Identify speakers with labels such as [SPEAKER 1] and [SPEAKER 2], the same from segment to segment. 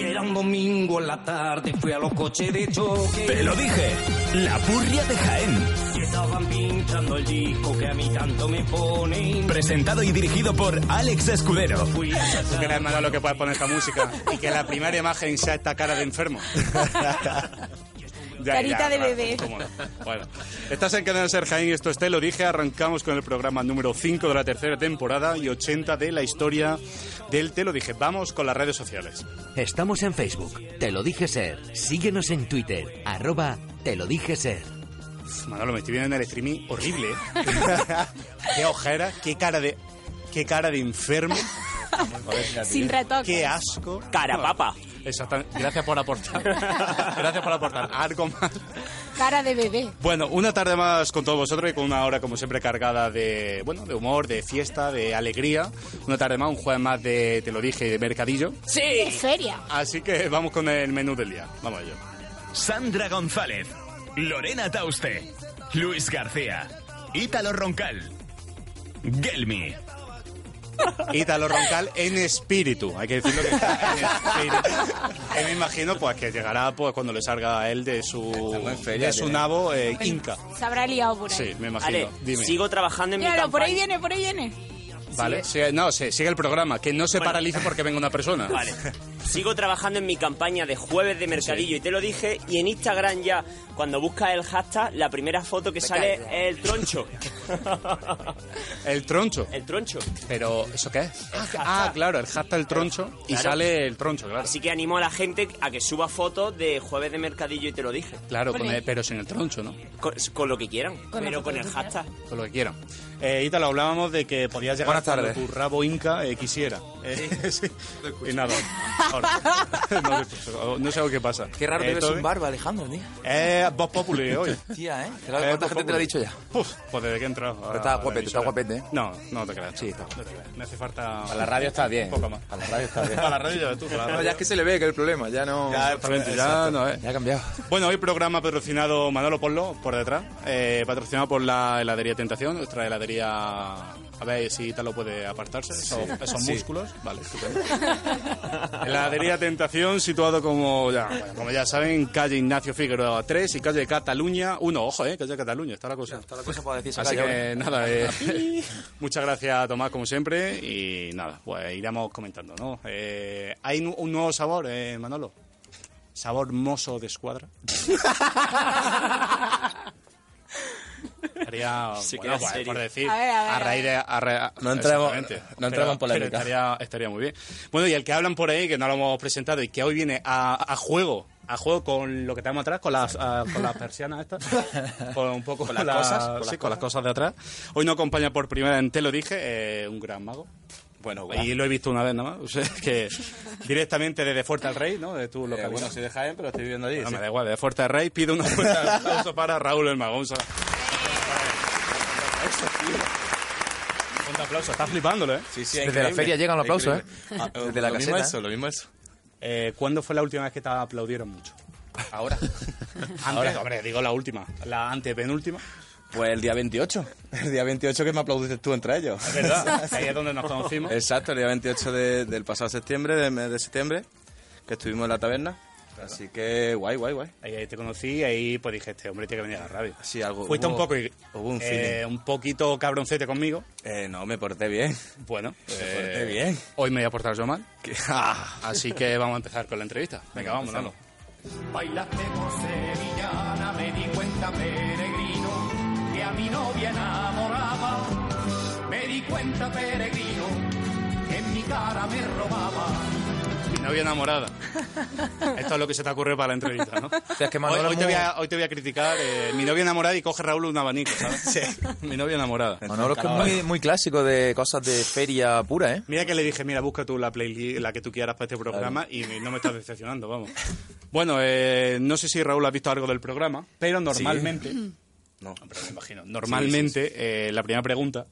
[SPEAKER 1] Era un domingo en la tarde, fui a los coches de choque.
[SPEAKER 2] Te lo dije, la purria de Jaén.
[SPEAKER 1] Y estaban pinchando el disco que a mí tanto me pone.
[SPEAKER 2] Presentado y dirigido por Alex Escudero.
[SPEAKER 1] Fui a sacar-
[SPEAKER 3] Mira, hermano, lo que puedes poner esta música. Y que la primera imagen sea esta cara de enfermo. Ya,
[SPEAKER 4] Carita de bebé.
[SPEAKER 3] cómo no. Bueno, estás en Cadena Ser Jaén, esto es Te lo dije. Arrancamos con el programa número 5 de la tercera temporada y 80 de la historia del Te lo dije. Vamos con las redes sociales.
[SPEAKER 5] Estamos en Facebook, Te lo dije ser. Síguenos en Twitter, arroba Te lo dije ser.
[SPEAKER 3] Manolo, me estoy viendo en el streaming horrible. ¿eh? qué ojera, qué cara de... Qué cara de enfermo,
[SPEAKER 4] Sin retoque.
[SPEAKER 3] qué asco.
[SPEAKER 6] ¿eh? Cara papa.
[SPEAKER 3] Exactamente. Gracias por aportar. Gracias por aportar algo más.
[SPEAKER 4] Cara de bebé.
[SPEAKER 3] Bueno, una tarde más con todos vosotros y con una hora como siempre cargada de bueno, de humor, de fiesta, de alegría. Una tarde más, un jueves más de te lo dije, de mercadillo.
[SPEAKER 4] De feria.
[SPEAKER 3] Así que vamos con el menú del día. Vamos allá.
[SPEAKER 2] Sandra González, Lorena Tauste, Luis García, Ítalo Roncal, Gelmi.
[SPEAKER 3] Ítalo Roncal en espíritu. Hay que decirlo que está en espíritu. Eh, me imagino pues que llegará pues cuando le salga a él de su
[SPEAKER 7] Estamos en feria,
[SPEAKER 3] de su
[SPEAKER 7] tío.
[SPEAKER 3] navo eh, inca.
[SPEAKER 4] Se habrá liado por ahí.
[SPEAKER 3] Sí, me imagino.
[SPEAKER 6] Ale,
[SPEAKER 3] Dime.
[SPEAKER 6] sigo trabajando en mi
[SPEAKER 4] Míralo,
[SPEAKER 6] campaña.
[SPEAKER 4] por ahí viene, por ahí viene.
[SPEAKER 3] Vale, sí, no, sí, sigue el programa, que no se
[SPEAKER 6] Bueno.
[SPEAKER 3] paralice porque venga una persona.
[SPEAKER 6] Vale. Sigo trabajando en mi campaña de jueves de mercadillo y te lo dije. Y en Instagram ya, cuando buscas el hashtag, la primera foto que sale
[SPEAKER 3] callo.
[SPEAKER 6] es el troncho.
[SPEAKER 3] El troncho.
[SPEAKER 6] el troncho.
[SPEAKER 3] Pero, ¿eso qué es? Ah,
[SPEAKER 6] hashtag.
[SPEAKER 3] ah, claro, el hashtag el troncho y
[SPEAKER 6] Claro.
[SPEAKER 3] sale el troncho, claro.
[SPEAKER 6] Así que animo a la gente a que suba fotos de jueves de mercadillo y te lo dije.
[SPEAKER 3] Claro, con
[SPEAKER 4] Ole.
[SPEAKER 3] el- pero sin el troncho, ¿no?
[SPEAKER 6] Con, con lo que quieran,
[SPEAKER 4] Con lo
[SPEAKER 6] pero
[SPEAKER 4] que
[SPEAKER 6] con el
[SPEAKER 4] quieran.
[SPEAKER 6] hashtag.
[SPEAKER 3] Con lo que quieran. Eh, Ítalo, hablábamos de que podías llegar
[SPEAKER 7] Buenas
[SPEAKER 3] hasta
[SPEAKER 7] tardes.
[SPEAKER 3] tu rabo inca eh, quisiera. Eh, sí. Y nada. Ahora. no, te escucho. No sé qué pasa.
[SPEAKER 7] Qué raro
[SPEAKER 3] Eh,
[SPEAKER 7] que ves
[SPEAKER 3] Toby.
[SPEAKER 7] un barba, Alejandro, tío.
[SPEAKER 3] Eh, voz populi hoy.
[SPEAKER 7] Tía, ¿eh? ¿Te lo-
[SPEAKER 3] Eh,
[SPEAKER 7] ¿Cuánta gente
[SPEAKER 3] voz
[SPEAKER 7] te lo ha
[SPEAKER 3] populi.
[SPEAKER 7] dicho ya?
[SPEAKER 3] Uf, pues desde que he entrado. a-
[SPEAKER 7] está
[SPEAKER 3] a la
[SPEAKER 7] guapete, está
[SPEAKER 3] emisora.
[SPEAKER 7] guapete, ¿eh?
[SPEAKER 3] No, no te creas.
[SPEAKER 7] Sí, está
[SPEAKER 3] No te creas. Me hace falta...
[SPEAKER 7] A la radio está bien.
[SPEAKER 3] Poco más.
[SPEAKER 7] A la radio está bien.
[SPEAKER 3] Para la radio ya tú. para la
[SPEAKER 7] No,
[SPEAKER 3] radio.
[SPEAKER 7] ya es que se le ve que el problema, ya no...
[SPEAKER 3] Ya, exactamente, ya no, eh.
[SPEAKER 7] Ya ha cambiado.
[SPEAKER 3] Bueno, hoy programa patrocinado Manolo Ponlo por detrás, eh, patrocinado por la heladería Tentación, nuestra heladería. A ver si tal lo puede apartarse, esos, esos músculos. Vale, estupendo. heladería Tentación, situado como ya, bueno, como ya saben, calle Ignacio Figueroa 3 y calle Cataluña 1. Ojo, eh, calle Cataluña, está la cosa.
[SPEAKER 7] Toda la cosa puedo decir, saca
[SPEAKER 3] Así
[SPEAKER 7] ya,
[SPEAKER 3] que nada, eh, muchas gracias Tomás como siempre y nada, pues iremos comentando, ¿no? Eh, Hay nu- un nuevo sabor, eh, Manolo. Sabor mozo de escuadra. Estaría, bueno,
[SPEAKER 6] queda
[SPEAKER 3] pues,
[SPEAKER 6] serio.
[SPEAKER 3] por decir,
[SPEAKER 4] A ver, a ver,
[SPEAKER 3] a raíz de... a ra-
[SPEAKER 7] No entremos-
[SPEAKER 3] Exactamente.
[SPEAKER 7] no entremos en
[SPEAKER 3] Pero- pero
[SPEAKER 7] polémica.
[SPEAKER 3] estaría, estaría muy bien. Bueno, y el que hablan por ahí, que no lo hemos presentado y que hoy viene a, a juego, a juego con lo que tenemos atrás, con las, a- con las persianas estas, con un poco
[SPEAKER 7] Con las
[SPEAKER 3] la-
[SPEAKER 7] cosas, con
[SPEAKER 3] sí, con,
[SPEAKER 7] las
[SPEAKER 3] las cosas de atrás. Hoy nos acompaña por primera vez, en te lo dije, eh, un gran mago.
[SPEAKER 7] Bueno,
[SPEAKER 3] Y lo he visto una vez nada más, o sea, que directamente desde Fuerte del Rey, ¿no? De tu
[SPEAKER 7] Eh,
[SPEAKER 3] localidad.
[SPEAKER 7] bueno, soy de Jaén, pero estoy viviendo allí.
[SPEAKER 3] No,
[SPEAKER 7] sí.
[SPEAKER 3] me da igual, de Fuerte del Rey pido una fuerte aplauso para Raúl el Mago. Un sa- Fuerte aplauso, está flipándolo, ¿eh?
[SPEAKER 7] Sí, sí,
[SPEAKER 3] Desde
[SPEAKER 7] increíble,
[SPEAKER 3] la feria
[SPEAKER 7] llegan los aplausos, increíble.
[SPEAKER 3] ¿eh?
[SPEAKER 7] Ah,
[SPEAKER 3] Desde la
[SPEAKER 7] lo
[SPEAKER 3] caseta.
[SPEAKER 7] mismo eso, lo mismo eso.
[SPEAKER 3] Eh, ¿Cuándo fue la última vez que te aplaudieron mucho?
[SPEAKER 7] Ahora.
[SPEAKER 3] Antes, hombre, digo la última, la antepenúltima.
[SPEAKER 7] Pues el día 28. El día 28 que me aplaudiste tú entre ellos.
[SPEAKER 3] ¿Verdad? Ahí es donde nos conocimos.
[SPEAKER 7] Exacto, el día 28 de- del pasado septiembre, del mes de septiembre, que estuvimos en la taberna. Así que guay, guay, guay.
[SPEAKER 3] Ahí, ahí te conocí y ahí pues dije, este hombre tiene que venir a la radio.
[SPEAKER 7] Sí, algo-
[SPEAKER 3] Fuiste
[SPEAKER 7] hubo-
[SPEAKER 3] un poco... y-
[SPEAKER 7] hubo un
[SPEAKER 3] eh, un poquito cabroncete conmigo.
[SPEAKER 7] Eh, no, me porté bien.
[SPEAKER 3] Bueno. eh,
[SPEAKER 7] porté bien.
[SPEAKER 3] Hoy me voy a portar yo mal.
[SPEAKER 7] Que- ah.
[SPEAKER 3] Así que vamos a empezar con la entrevista. Venga, vamos, vamos.
[SPEAKER 8] Bailaste por sevillana, me di cuenta peregrino, que a mi novia enamoraba. Me di cuenta peregrino, que en mi cara me robaba.
[SPEAKER 3] Mi novia enamorada. Esto es lo que se te ocurre para la entrevista, ¿no?
[SPEAKER 7] es que
[SPEAKER 3] hoy,
[SPEAKER 7] Manolo
[SPEAKER 3] hoy
[SPEAKER 7] es
[SPEAKER 3] te
[SPEAKER 7] muy-
[SPEAKER 3] voy a, hoy te voy a criticar. eh, mi novia enamorada y coge Raúl un abanico, ¿sabes? Mi novia enamorada.
[SPEAKER 7] Manolo es que es muy, muy clásico de cosas de feria pura, ¿eh?
[SPEAKER 3] Mira que le dije, mira, busca tú la playlist, la que tú quieras para este programa y me- no me estás decepcionando, vamos. Bueno, eh, no sé si Raúl has visto algo del programa, pero normalmente,
[SPEAKER 7] No.
[SPEAKER 3] pero me imagino, normalmente eh, la primera pregunta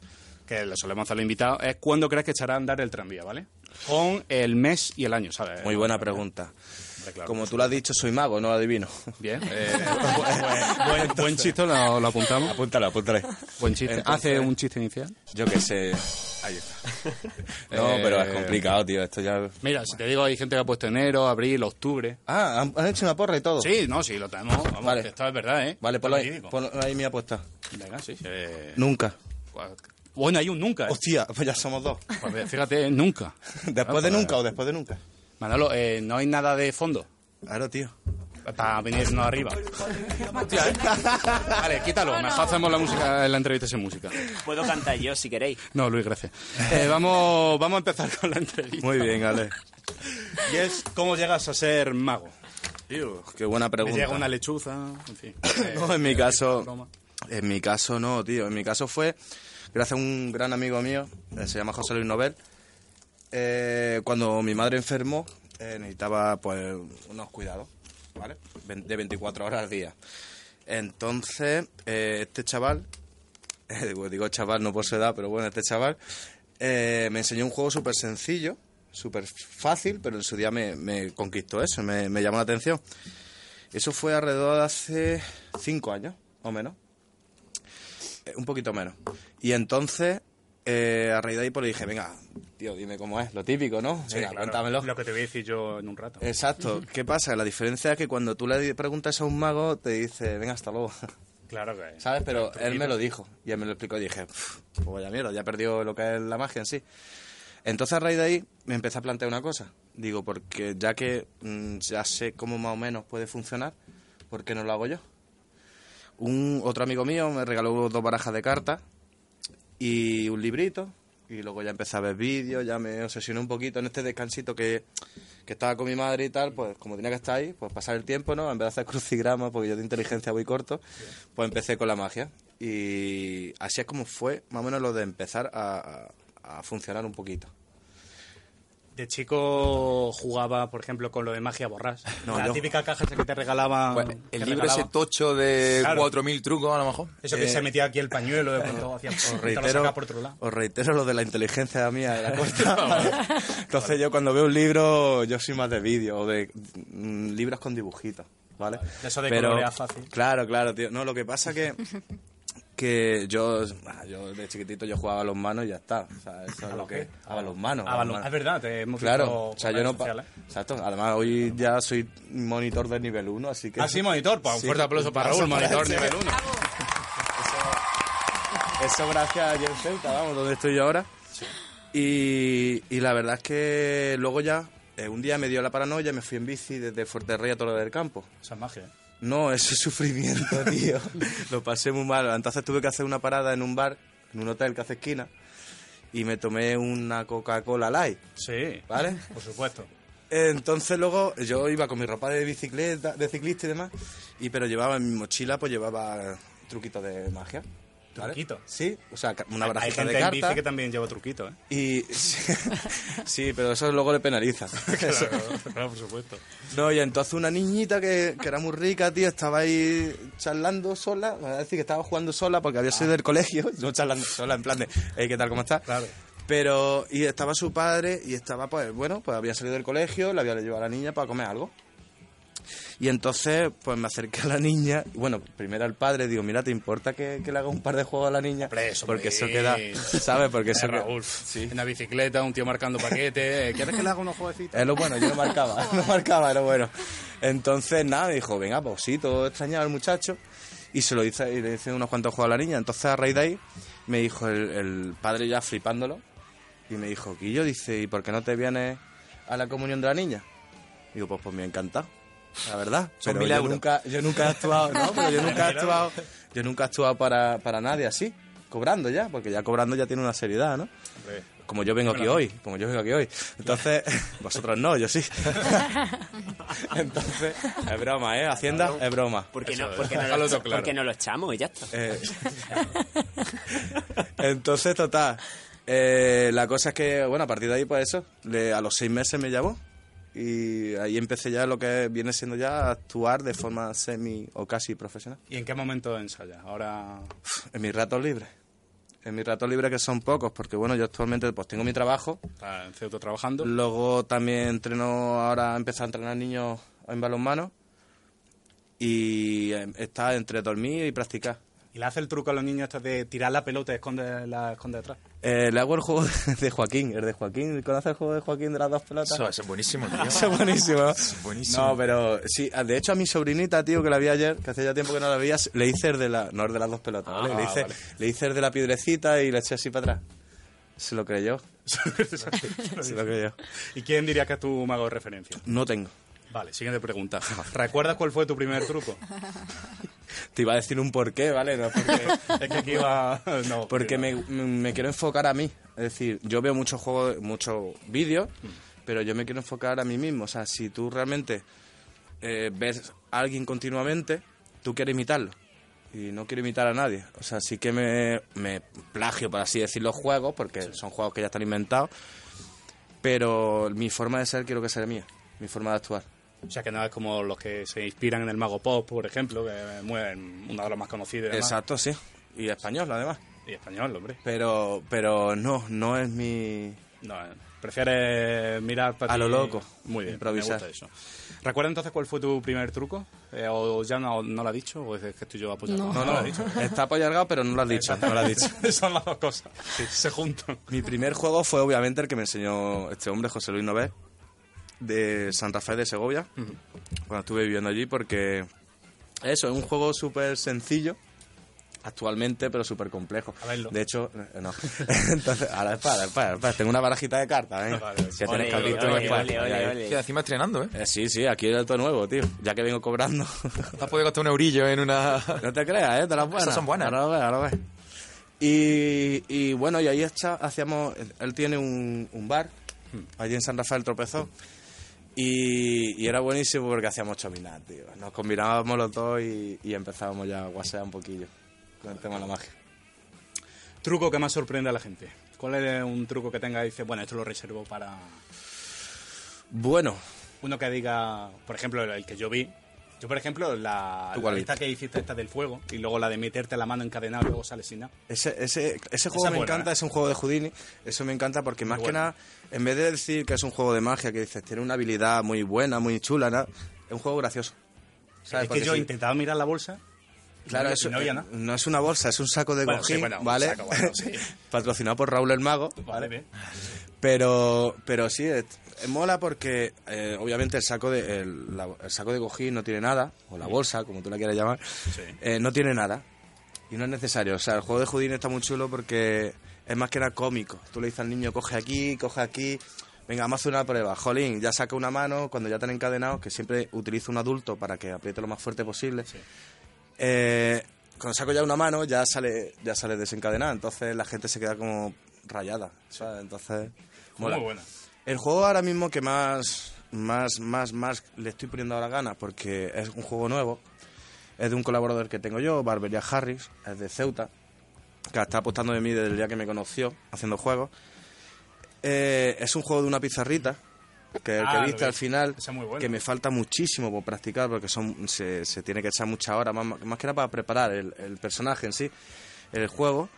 [SPEAKER 3] que le solemos hacer al invitado es ¿cuándo crees que echará a andar el tranvía, vale? Con el mes y el año, ¿sabes?
[SPEAKER 7] Muy buena pregunta.
[SPEAKER 3] Hombre, claro.
[SPEAKER 7] Como tú lo has dicho, soy mago, no adivino.
[SPEAKER 3] Bien, eh, buen, buen- buen chiste, lo, lo apuntamos.
[SPEAKER 7] Apúntala, apúntala.
[SPEAKER 3] Buen chiste.
[SPEAKER 7] Entonces-
[SPEAKER 3] Hace un chiste inicial.
[SPEAKER 7] Yo qué sé. Ahí está. No,
[SPEAKER 3] Eh,
[SPEAKER 7] pero es complicado, tío. Esto ya.
[SPEAKER 3] Mira, si te digo, hay gente que ha puesto enero, abril, octubre.
[SPEAKER 7] Ah, han, han hecho una porra y todo.
[SPEAKER 3] Sí, no, sí, lo tenemos. Vamos,
[SPEAKER 7] Vale.
[SPEAKER 3] que esto es verdad, ¿eh?
[SPEAKER 7] Vale,
[SPEAKER 3] por
[SPEAKER 7] ponlo ahí, ponlo ahí mi apuesta.
[SPEAKER 3] Venga, sí. eh,
[SPEAKER 7] Nunca.
[SPEAKER 3] pues- bueno, hay un nunca. ¿eh?
[SPEAKER 7] Hostia, pues ya somos dos.
[SPEAKER 3] Pues ve, fíjate, nunca.
[SPEAKER 7] ¿Después de nunca o después de nunca?
[SPEAKER 3] Manolo, eh, no hay nada de fondo
[SPEAKER 7] Claro, tío.
[SPEAKER 3] para venirnos arriba. Hostia, ¿eh? Vale, quítalo. Mejor hacemos la, música, la entrevista sin música.
[SPEAKER 6] Puedo cantar yo si queréis.
[SPEAKER 3] No, Luis, gracias. Eh, vamos, vamos a empezar con la entrevista.
[SPEAKER 7] Muy bien, Ale.
[SPEAKER 3] Y es, ¿cómo llegas a ser mago?
[SPEAKER 7] Tío, qué buena
[SPEAKER 3] Me
[SPEAKER 7] pregunta.
[SPEAKER 3] llega una lechuza, en fin.
[SPEAKER 7] No, en mi caso, en mi caso no, tío. En mi caso fue gracias a un gran amigo mío, eh, se llama José Luis Nobel. Eh, cuando mi madre enfermó, eh, necesitaba pues unos cuidados, ¿vale? Ven- De 24 horas al día. Entonces, eh, este chaval, eh, digo, digo chaval no por su edad, pero bueno, este chaval eh, me enseñó un juego súper sencillo, súper fácil, pero en su día me, me conquistó eso, me- me llamó la atención. Eso fue alrededor de hace cinco años, o menos. Eh, un poquito menos. Y entonces, eh, a raíz de ahí, pues le dije, venga, tío, dime cómo es, lo típico, ¿no? venga, cuéntamelo.
[SPEAKER 3] Lo que te voy a decir yo en un rato.
[SPEAKER 7] Exacto. ¿Qué pasa? La diferencia es que cuando tú le di- preguntas a un mago, te dice, venga, hasta luego.
[SPEAKER 3] Claro que
[SPEAKER 7] ¿Sabes? Pero él me lo dijo. Y él me lo explicó y dije, "Pf, pues vaya mierda, ya perdió lo que es la magia en sí. Entonces, a raíz de ahí, me empecé a plantear una cosa. Digo, porque ya que mm, ya sé cómo más o menos puede funcionar, ¿por qué no lo hago yo? Un otro amigo mío me regaló dos barajas de cartas y un librito. Y luego ya empecé a ver vídeos, ya me obsesioné un poquito en este descansito que, que estaba con mi madre y tal, pues como tenía que estar ahí, pues pasar el tiempo, ¿no? En vez de hacer crucigramas, porque yo de inteligencia voy corto, pues empecé con la magia. Y así es como fue más o menos lo de empezar a, a- a funcionar un poquito.
[SPEAKER 3] De chico jugaba, por ejemplo, con lo de magia borrás.
[SPEAKER 7] No,
[SPEAKER 3] la
[SPEAKER 7] yo-
[SPEAKER 3] típica caja esa que te regalaban.
[SPEAKER 9] Pues,
[SPEAKER 3] que
[SPEAKER 9] el libro ese
[SPEAKER 3] regalaban.
[SPEAKER 9] tocho de
[SPEAKER 3] Claro.
[SPEAKER 9] 4.000 trucos, a lo mejor.
[SPEAKER 3] Eso que se metía aquí el pañuelo, de pronto hacía
[SPEAKER 7] Eh, Os
[SPEAKER 3] te lo
[SPEAKER 7] reitero,
[SPEAKER 3] sacaba por otro lado.
[SPEAKER 7] os reitero lo de la inteligencia mía de la cuenta. ¿vale? Entonces yo cuando veo un libro, yo soy más de vídeo o de mm, libros con dibujitos, ¿vale?
[SPEAKER 3] De eso de colorear fácil.
[SPEAKER 7] Claro, claro, tío. No, lo que pasa que que yo, ah, yo de chiquitito yo jugaba a los manos y ya está. O sea, eso es lo que a los manos.
[SPEAKER 3] Ah, balón. Es verdad, te hemos
[SPEAKER 7] Claro,
[SPEAKER 3] visto
[SPEAKER 7] o
[SPEAKER 3] por
[SPEAKER 7] sea, yo no.
[SPEAKER 3] redes
[SPEAKER 7] pa-
[SPEAKER 3] sociales.
[SPEAKER 7] Exacto, además hoy ya soy monitor de nivel 1, así que.
[SPEAKER 3] Ah, sí, monitor. Pues, un
[SPEAKER 7] Sí,
[SPEAKER 3] fuerte aplauso para Raúl, monitor nivel 1.
[SPEAKER 7] Eso gracias a Jens Celta, vamos, donde estoy yo ahora. Y, y la verdad es que luego ya, eh, un día me dio la paranoia, me fui en bici desde Fuerterrey a Toro del Campo.
[SPEAKER 3] Esa es magia. ¿eh?
[SPEAKER 7] No, eso es sufrimiento, tío. Lo pasé muy mal. Entonces tuve que hacer una parada en un bar, en un hotel que hace esquina, y me tomé una Coca-Cola Light,
[SPEAKER 3] Sí,
[SPEAKER 7] ¿vale?
[SPEAKER 3] por supuesto.
[SPEAKER 7] Entonces luego yo iba con mi ropa de bicicleta, de ciclista y demás, y pero llevaba en mi mochila, pues llevaba truquitos de magia. ¿vale?
[SPEAKER 3] ¿Truquito?
[SPEAKER 7] Sí, o sea, ca- una
[SPEAKER 3] Hay
[SPEAKER 7] barajita
[SPEAKER 3] gente
[SPEAKER 7] de
[SPEAKER 3] en bici
[SPEAKER 7] cartas.
[SPEAKER 3] que también lleva truquito, ¿eh?
[SPEAKER 7] Y sí, sí, pero eso luego le penaliza. Eso.
[SPEAKER 3] Claro, por supuesto.
[SPEAKER 7] No, y entonces una niñita que, que era muy rica, tío, estaba ahí charlando sola, la verdad es que estaba jugando sola porque había salido del colegio, no charlando sola, en plan de, "Ey, ¿qué tal, cómo estás?
[SPEAKER 3] Ah. Claro.
[SPEAKER 7] Pero, y estaba su padre, y estaba, pues, bueno, pues había salido del colegio, la había llevado a la niña para comer algo. Y entonces, pues me acerqué a la niña, y bueno, primero al padre, digo, mira, ¿te importa que, que le haga un par de juegos a la niña?
[SPEAKER 3] Hombre, eso,
[SPEAKER 7] porque eso
[SPEAKER 3] hombre.
[SPEAKER 7] queda, ¿sabes? Porque
[SPEAKER 3] Eh,
[SPEAKER 7] eso que-
[SPEAKER 3] Raúl, en la bicicleta, un tío marcando paquete. eh, ¿Quieres que le haga unos jueguecitos?
[SPEAKER 7] Es lo bueno, yo no marcaba, no marcaba, era bueno. Entonces, nada, me dijo, venga, pues sí, todo extrañaba al muchacho. Y se lo hice, y le hice unos cuantos juegos a la niña. Entonces, a raíz de ahí, me dijo el, el padre ya flipándolo. Y me dijo, Quillo, dice, ¿y por qué no te vienes a la comunión de la niña? Digo, pues, pues me ha encantado. La verdad.
[SPEAKER 9] Son
[SPEAKER 7] pero
[SPEAKER 9] mil
[SPEAKER 7] yo
[SPEAKER 9] euros.
[SPEAKER 7] nunca, yo nunca he actuado, no, pero yo nunca he actuado, yo nunca he actuado para, para nadie así, cobrando ya, porque ya cobrando ya tiene una seriedad, ¿no? Como yo vengo aquí hoy, como yo vengo aquí hoy. Entonces, vosotros no, yo sí. Entonces, es broma, ¿eh? Hacienda es broma.
[SPEAKER 6] ¿Por qué no, por qué no
[SPEAKER 3] Déjalo
[SPEAKER 6] lo,
[SPEAKER 3] todo claro.
[SPEAKER 6] por qué no lo echamos y ya está?
[SPEAKER 7] Eh, Entonces, total. eh, la cosa es que, bueno, a partir de ahí, pues eso, le- a los seis meses me llamó y ahí empecé ya lo que viene siendo ya actuar de forma semi o casi profesional.
[SPEAKER 3] ¿Y en qué momento ensayas? Ahora...
[SPEAKER 7] En mis ratos libres. En mis ratos libres que son pocos, porque bueno, yo actualmente pues tengo mi trabajo,
[SPEAKER 3] Está en Ceuta trabajando.
[SPEAKER 7] Luego también entreno, ahora empecé a entrenar niños en balonmano. Y eh, está entre dormir y practicar.
[SPEAKER 3] ¿Y le hace el truco a los niños estos de tirar la pelota y esconderla esconde detrás?
[SPEAKER 7] Eh, le hago el juego de Joaquín, el de Joaquín. ¿Conoces el juego de Joaquín de las dos pelotas?
[SPEAKER 9] Eso, eso Pues es buenísimo, tío.
[SPEAKER 7] Eso es buenísimo. ¿no?
[SPEAKER 9] Es buenísimo.
[SPEAKER 7] No, pero sí, ah, de hecho a mi sobrinita, tío, que la vi ayer, que hace ya tiempo que no la veía, le hice el de la. No el de las dos pelotas, ¿vale?
[SPEAKER 9] Ah,
[SPEAKER 7] le, hice, le hice el de la piedrecita y le eché así para atrás. Se lo creyó. Se lo creyó.
[SPEAKER 3] ¿Y quién diría que es tu mago de referencia?
[SPEAKER 7] No tengo.
[SPEAKER 3] Vale, siguiente pregunta. ¿Recuerdas cuál fue tu primer truco?
[SPEAKER 7] Te iba a decir un porqué, ¿vale? No, porque,
[SPEAKER 3] Es que aquí va... No,
[SPEAKER 7] porque
[SPEAKER 3] que-
[SPEAKER 7] me, me quiero enfocar a mí. Es decir, yo veo muchos juegos, muchos vídeos, pero yo me quiero enfocar a mí mismo. O sea, si tú realmente eh, ves a alguien continuamente, tú quieres imitarlo. Y no quiero imitar a nadie. O sea, sí que me, me plagio, por así decir, los juegos, porque son juegos que ya están inventados. Pero mi forma de ser quiero que sea mía. Mi forma de actuar.
[SPEAKER 3] O sea, que no es como los que se inspiran en el mago pop, por ejemplo, que es muy- una de las más conocidas. y demás.
[SPEAKER 7] Exacto, sí. Y español, además.
[SPEAKER 3] Y español, hombre.
[SPEAKER 7] Pero, pero no, no es mi...
[SPEAKER 3] No, eh, prefieres mirar para
[SPEAKER 7] A
[SPEAKER 3] ti-
[SPEAKER 7] lo loco,
[SPEAKER 3] Muy bien,
[SPEAKER 7] improvisar.
[SPEAKER 3] me gusta eso. ¿Recuerda entonces cuál fue tu primer truco? Eh, ¿O ya no, no lo ha dicho? ¿O es que estoy yo apoyando?
[SPEAKER 4] No.
[SPEAKER 7] No,
[SPEAKER 3] lo ha
[SPEAKER 7] no,
[SPEAKER 3] dicho.
[SPEAKER 7] está apoyargado, pero no lo has dicho. No lo has dicho.
[SPEAKER 3] Son las dos cosas. Se juntan.
[SPEAKER 7] Mi primer juego fue obviamente el que me enseñó este hombre, José Luis Nové, de San Rafael de Segovia, cuando estuve viviendo allí, porque eso, es un juego súper sencillo actualmente, pero súper complejo.
[SPEAKER 3] A verlo.
[SPEAKER 7] De hecho, eh, no. Entonces, ahora, espera, espera, espera, tengo una barajita de cartas, ¿eh?
[SPEAKER 3] Vale,
[SPEAKER 6] Ole,
[SPEAKER 7] Que tienes que abrir tú
[SPEAKER 6] ole,
[SPEAKER 7] después.
[SPEAKER 6] ole,
[SPEAKER 7] Ahí, ahí.
[SPEAKER 6] ole,
[SPEAKER 9] Sí,
[SPEAKER 6] ole.
[SPEAKER 9] encima estrenando, ¿eh?
[SPEAKER 7] Eh, Sí, sí, aquí el todo nuevo, tío, ya que vengo cobrando.
[SPEAKER 9] Te has podido gastar un eurillo en una...
[SPEAKER 7] No te creas, ¿eh? De las buenas.
[SPEAKER 9] Esas son buenas.
[SPEAKER 7] Ahora lo ves, ahora lo ves. Y, y bueno, y ahí está, hacíamos... Él tiene un, un bar,
[SPEAKER 3] Hmm.
[SPEAKER 7] allí en San Rafael Tropezó. Y, y era buenísimo porque hacíamos chominas, tío. Nos combinábamos los dos y, y empezábamos ya a guasear un poquillo con el tema de la magia.
[SPEAKER 3] Truco que más sorprende a la gente. ¿Cuál es un truco que tenga y dice, bueno, esto lo reservo para
[SPEAKER 7] Bueno,
[SPEAKER 3] uno que diga, por ejemplo, el que yo vi? Yo, por ejemplo, la,
[SPEAKER 7] ¿Tú
[SPEAKER 3] la
[SPEAKER 7] cuál
[SPEAKER 3] lista que hiciste esta del fuego y luego la de meterte la mano encadenada y luego sale sin nada.
[SPEAKER 7] Ese, ese, ese juego
[SPEAKER 3] es
[SPEAKER 7] me
[SPEAKER 3] buena,
[SPEAKER 7] encanta,
[SPEAKER 3] ¿eh?
[SPEAKER 7] es un juego de Houdini. Eso me encanta porque más que
[SPEAKER 3] buena.
[SPEAKER 7] nada, en vez de decir que es un juego de magia, que dices, tiene una habilidad muy buena, muy chula, ¿no? es un juego gracioso. ¿Sabes?
[SPEAKER 3] Es que
[SPEAKER 7] Porque
[SPEAKER 3] yo
[SPEAKER 7] sí.
[SPEAKER 3] intentaba mirar la bolsa.
[SPEAKER 7] Claro,
[SPEAKER 3] Pues no,
[SPEAKER 7] eso,
[SPEAKER 3] no había nada.
[SPEAKER 7] no es una bolsa, es un saco de
[SPEAKER 3] Bueno, sí,
[SPEAKER 7] cojín,
[SPEAKER 3] bueno, un
[SPEAKER 7] ¿vale?
[SPEAKER 3] saco, bueno, sí.
[SPEAKER 7] Patrocinado por Raúl el Mago,
[SPEAKER 3] Vale, bien.
[SPEAKER 7] pero, pero sí, es- es mola porque eh, obviamente el saco, de, el, la- el saco de cojín no tiene nada, o
[SPEAKER 3] Mm.
[SPEAKER 7] la bolsa, como tú la quieras llamar, eh, no tiene nada. Y no es necesario. O sea, el juego de Houdini está muy chulo porque es más que nada cómico. Tú le dices al niño, coge aquí, coge aquí. Venga, vamos a hacer una prueba. Jolín, ya saca una mano cuando ya están encadenados, que siempre utiliza un adulto para que apriete lo más fuerte posible. Eh, cuando saco ya una mano, ya sale, ya sale desencadenada. Entonces la gente se queda como rayada. ¿sabes? Entonces. mola.
[SPEAKER 3] Muy buena.
[SPEAKER 7] El juego ahora mismo que más, más, más, más le estoy poniendo ahora ganas, porque es un juego nuevo, es de un colaborador que tengo yo, Barbería Harris, es de Ceuta, que está apostando de mí desde el día que me conoció haciendo juegos. Eh, es un juego de una pizarrita, que el
[SPEAKER 3] Ah,
[SPEAKER 7] que
[SPEAKER 3] lo
[SPEAKER 7] viste
[SPEAKER 3] vi.
[SPEAKER 7] al final,
[SPEAKER 3] Esa es muy buena.
[SPEAKER 7] que me falta muchísimo por practicar, porque son, se, se tiene que echar mucha hora, más, más que nada para preparar el, el personaje en sí, el juego.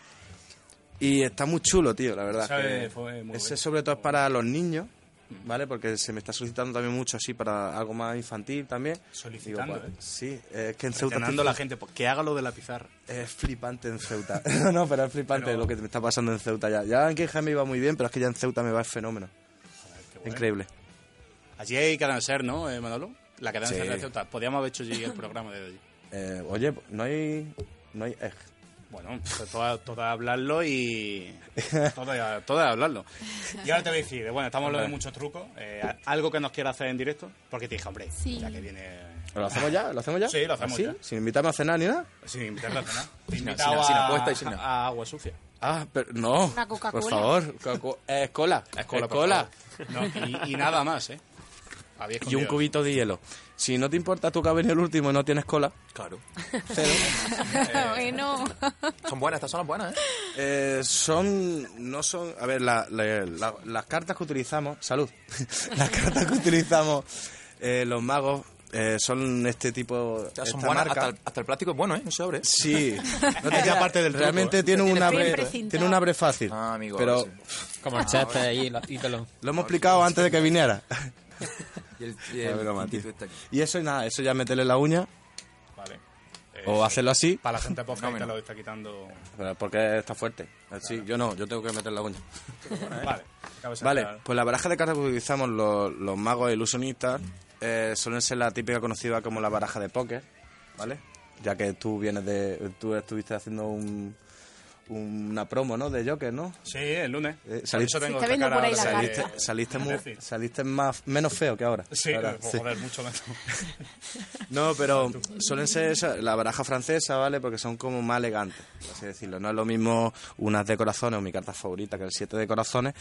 [SPEAKER 7] Y está muy chulo, tío, la verdad.
[SPEAKER 3] Sabe,
[SPEAKER 7] que
[SPEAKER 3] fue muy
[SPEAKER 7] ese
[SPEAKER 3] bueno.
[SPEAKER 7] sobre todo es para los niños, ¿vale? Porque se me está solicitando también mucho así para algo más infantil también.
[SPEAKER 3] Solicitando,
[SPEAKER 7] pues,
[SPEAKER 3] ¿eh?
[SPEAKER 7] Sí, es que en Ceuta...
[SPEAKER 3] Presionando a la gente, pues, que haga lo de la pizarra.
[SPEAKER 7] Es flipante en Ceuta. no, no, pero es flipante
[SPEAKER 3] Pero-
[SPEAKER 7] lo que me está pasando en Ceuta ya. Ya en Quijano me iba muy bien, pero es que ya en Ceuta me va el fenómeno. Increíble.
[SPEAKER 3] Allí hay cadena ser, ¿no, eh, Manolo? La cadena
[SPEAKER 7] Sí.
[SPEAKER 3] ser de Ceuta. Podríamos haber hecho allí el programa de hoy.
[SPEAKER 7] Eh, oye, no hay... No hay egg.
[SPEAKER 3] Bueno, pues todo, todo a hablarlo y. Todo, a- todo a hablarlo. Y ahora te voy a decir, bueno, estamos hablando de muchos trucos. eh, algo que nos quieras hacer en directo, porque te dije, hombre,
[SPEAKER 4] Sí.
[SPEAKER 3] ya que viene.
[SPEAKER 7] ¿Lo hacemos ya? ¿Lo hacemos ya?
[SPEAKER 3] Sí, lo hacemos
[SPEAKER 7] ¿Así?
[SPEAKER 3] ya.
[SPEAKER 7] Sin invitarme a cenar ni nada.
[SPEAKER 3] Sin invitarla a cenar. Te he
[SPEAKER 9] Sin-
[SPEAKER 3] invitado
[SPEAKER 9] sin- sin
[SPEAKER 3] a-
[SPEAKER 9] apuesta y sin nada.
[SPEAKER 3] a agua sucia.
[SPEAKER 7] Ah, pero no.
[SPEAKER 4] Una Coca-Cola.
[SPEAKER 7] Por favor. Coca- eh, Es cola. Es
[SPEAKER 9] cola, por
[SPEAKER 7] cola.
[SPEAKER 3] No, y, y nada más, ¿eh? Había
[SPEAKER 7] Y
[SPEAKER 3] escondido
[SPEAKER 7] un
[SPEAKER 3] eso.
[SPEAKER 7] cubito de hielo. Si no te importa tú que has venido el último y no tienes cola,
[SPEAKER 9] Claro.
[SPEAKER 7] cero.
[SPEAKER 4] bueno,
[SPEAKER 9] Son buenas, estas son las buenas, ¿eh?
[SPEAKER 7] Eh, son. No son. A ver, la- la- la- las cartas que utilizamos. Salud. las cartas que utilizamos eh, los magos eh, son este tipo.
[SPEAKER 9] Ya
[SPEAKER 7] esta
[SPEAKER 9] son buenas.
[SPEAKER 7] marca.
[SPEAKER 9] Hasta el, hasta el plástico es bueno, ¿eh? Un sobre. ¿eh?
[SPEAKER 7] Sí. No
[SPEAKER 3] te queda parte del truco,
[SPEAKER 7] Realmente tiene un
[SPEAKER 4] Siempre
[SPEAKER 7] abre,
[SPEAKER 4] precintado.
[SPEAKER 7] tiene un abre fácil.
[SPEAKER 9] Ah, amigo, Ah,
[SPEAKER 7] Pero
[SPEAKER 9] ahora
[SPEAKER 10] Como el Chester ahí, lo- y te lo-
[SPEAKER 7] lo hemos explicado antes de que viniera.
[SPEAKER 9] Y este el,
[SPEAKER 7] Qué broma, tío. Y eso y nada, eso ya meterle la uña.
[SPEAKER 3] Vale. Eh,
[SPEAKER 7] O hacerlo así.
[SPEAKER 3] Para la gente poca que lo está quitando.
[SPEAKER 7] Pero Porque está fuerte. Sí, yo no, yo tengo que meter la uña.
[SPEAKER 3] Vale. acabo de
[SPEAKER 7] Vale,
[SPEAKER 3] sacar.
[SPEAKER 7] pues la baraja de cartas que utilizamos los, los magos e ilusionistas eh, suelen ser la típica conocida como la baraja de póker, ¿vale? Ya que tú vienes de. Tú estuviste haciendo un- una promo, ¿no? De Joker, ¿no?
[SPEAKER 3] Sí, el lunes.
[SPEAKER 7] Eh,
[SPEAKER 3] Por eso tengo esta cara ahora de-
[SPEAKER 7] saliste, saliste mu-
[SPEAKER 3] Decir.
[SPEAKER 7] saliste más, menos feo que ahora.
[SPEAKER 3] Sí,
[SPEAKER 7] Ahora,
[SPEAKER 3] pues,
[SPEAKER 7] sí.
[SPEAKER 3] joder, mucho menos.
[SPEAKER 7] No, pero suelen ser esa- la baraja francesa, ¿vale? Porque son como más elegantes, por así decirlo. No es lo mismo unas de corazones, o mi carta favorita, que el 7 de corazones,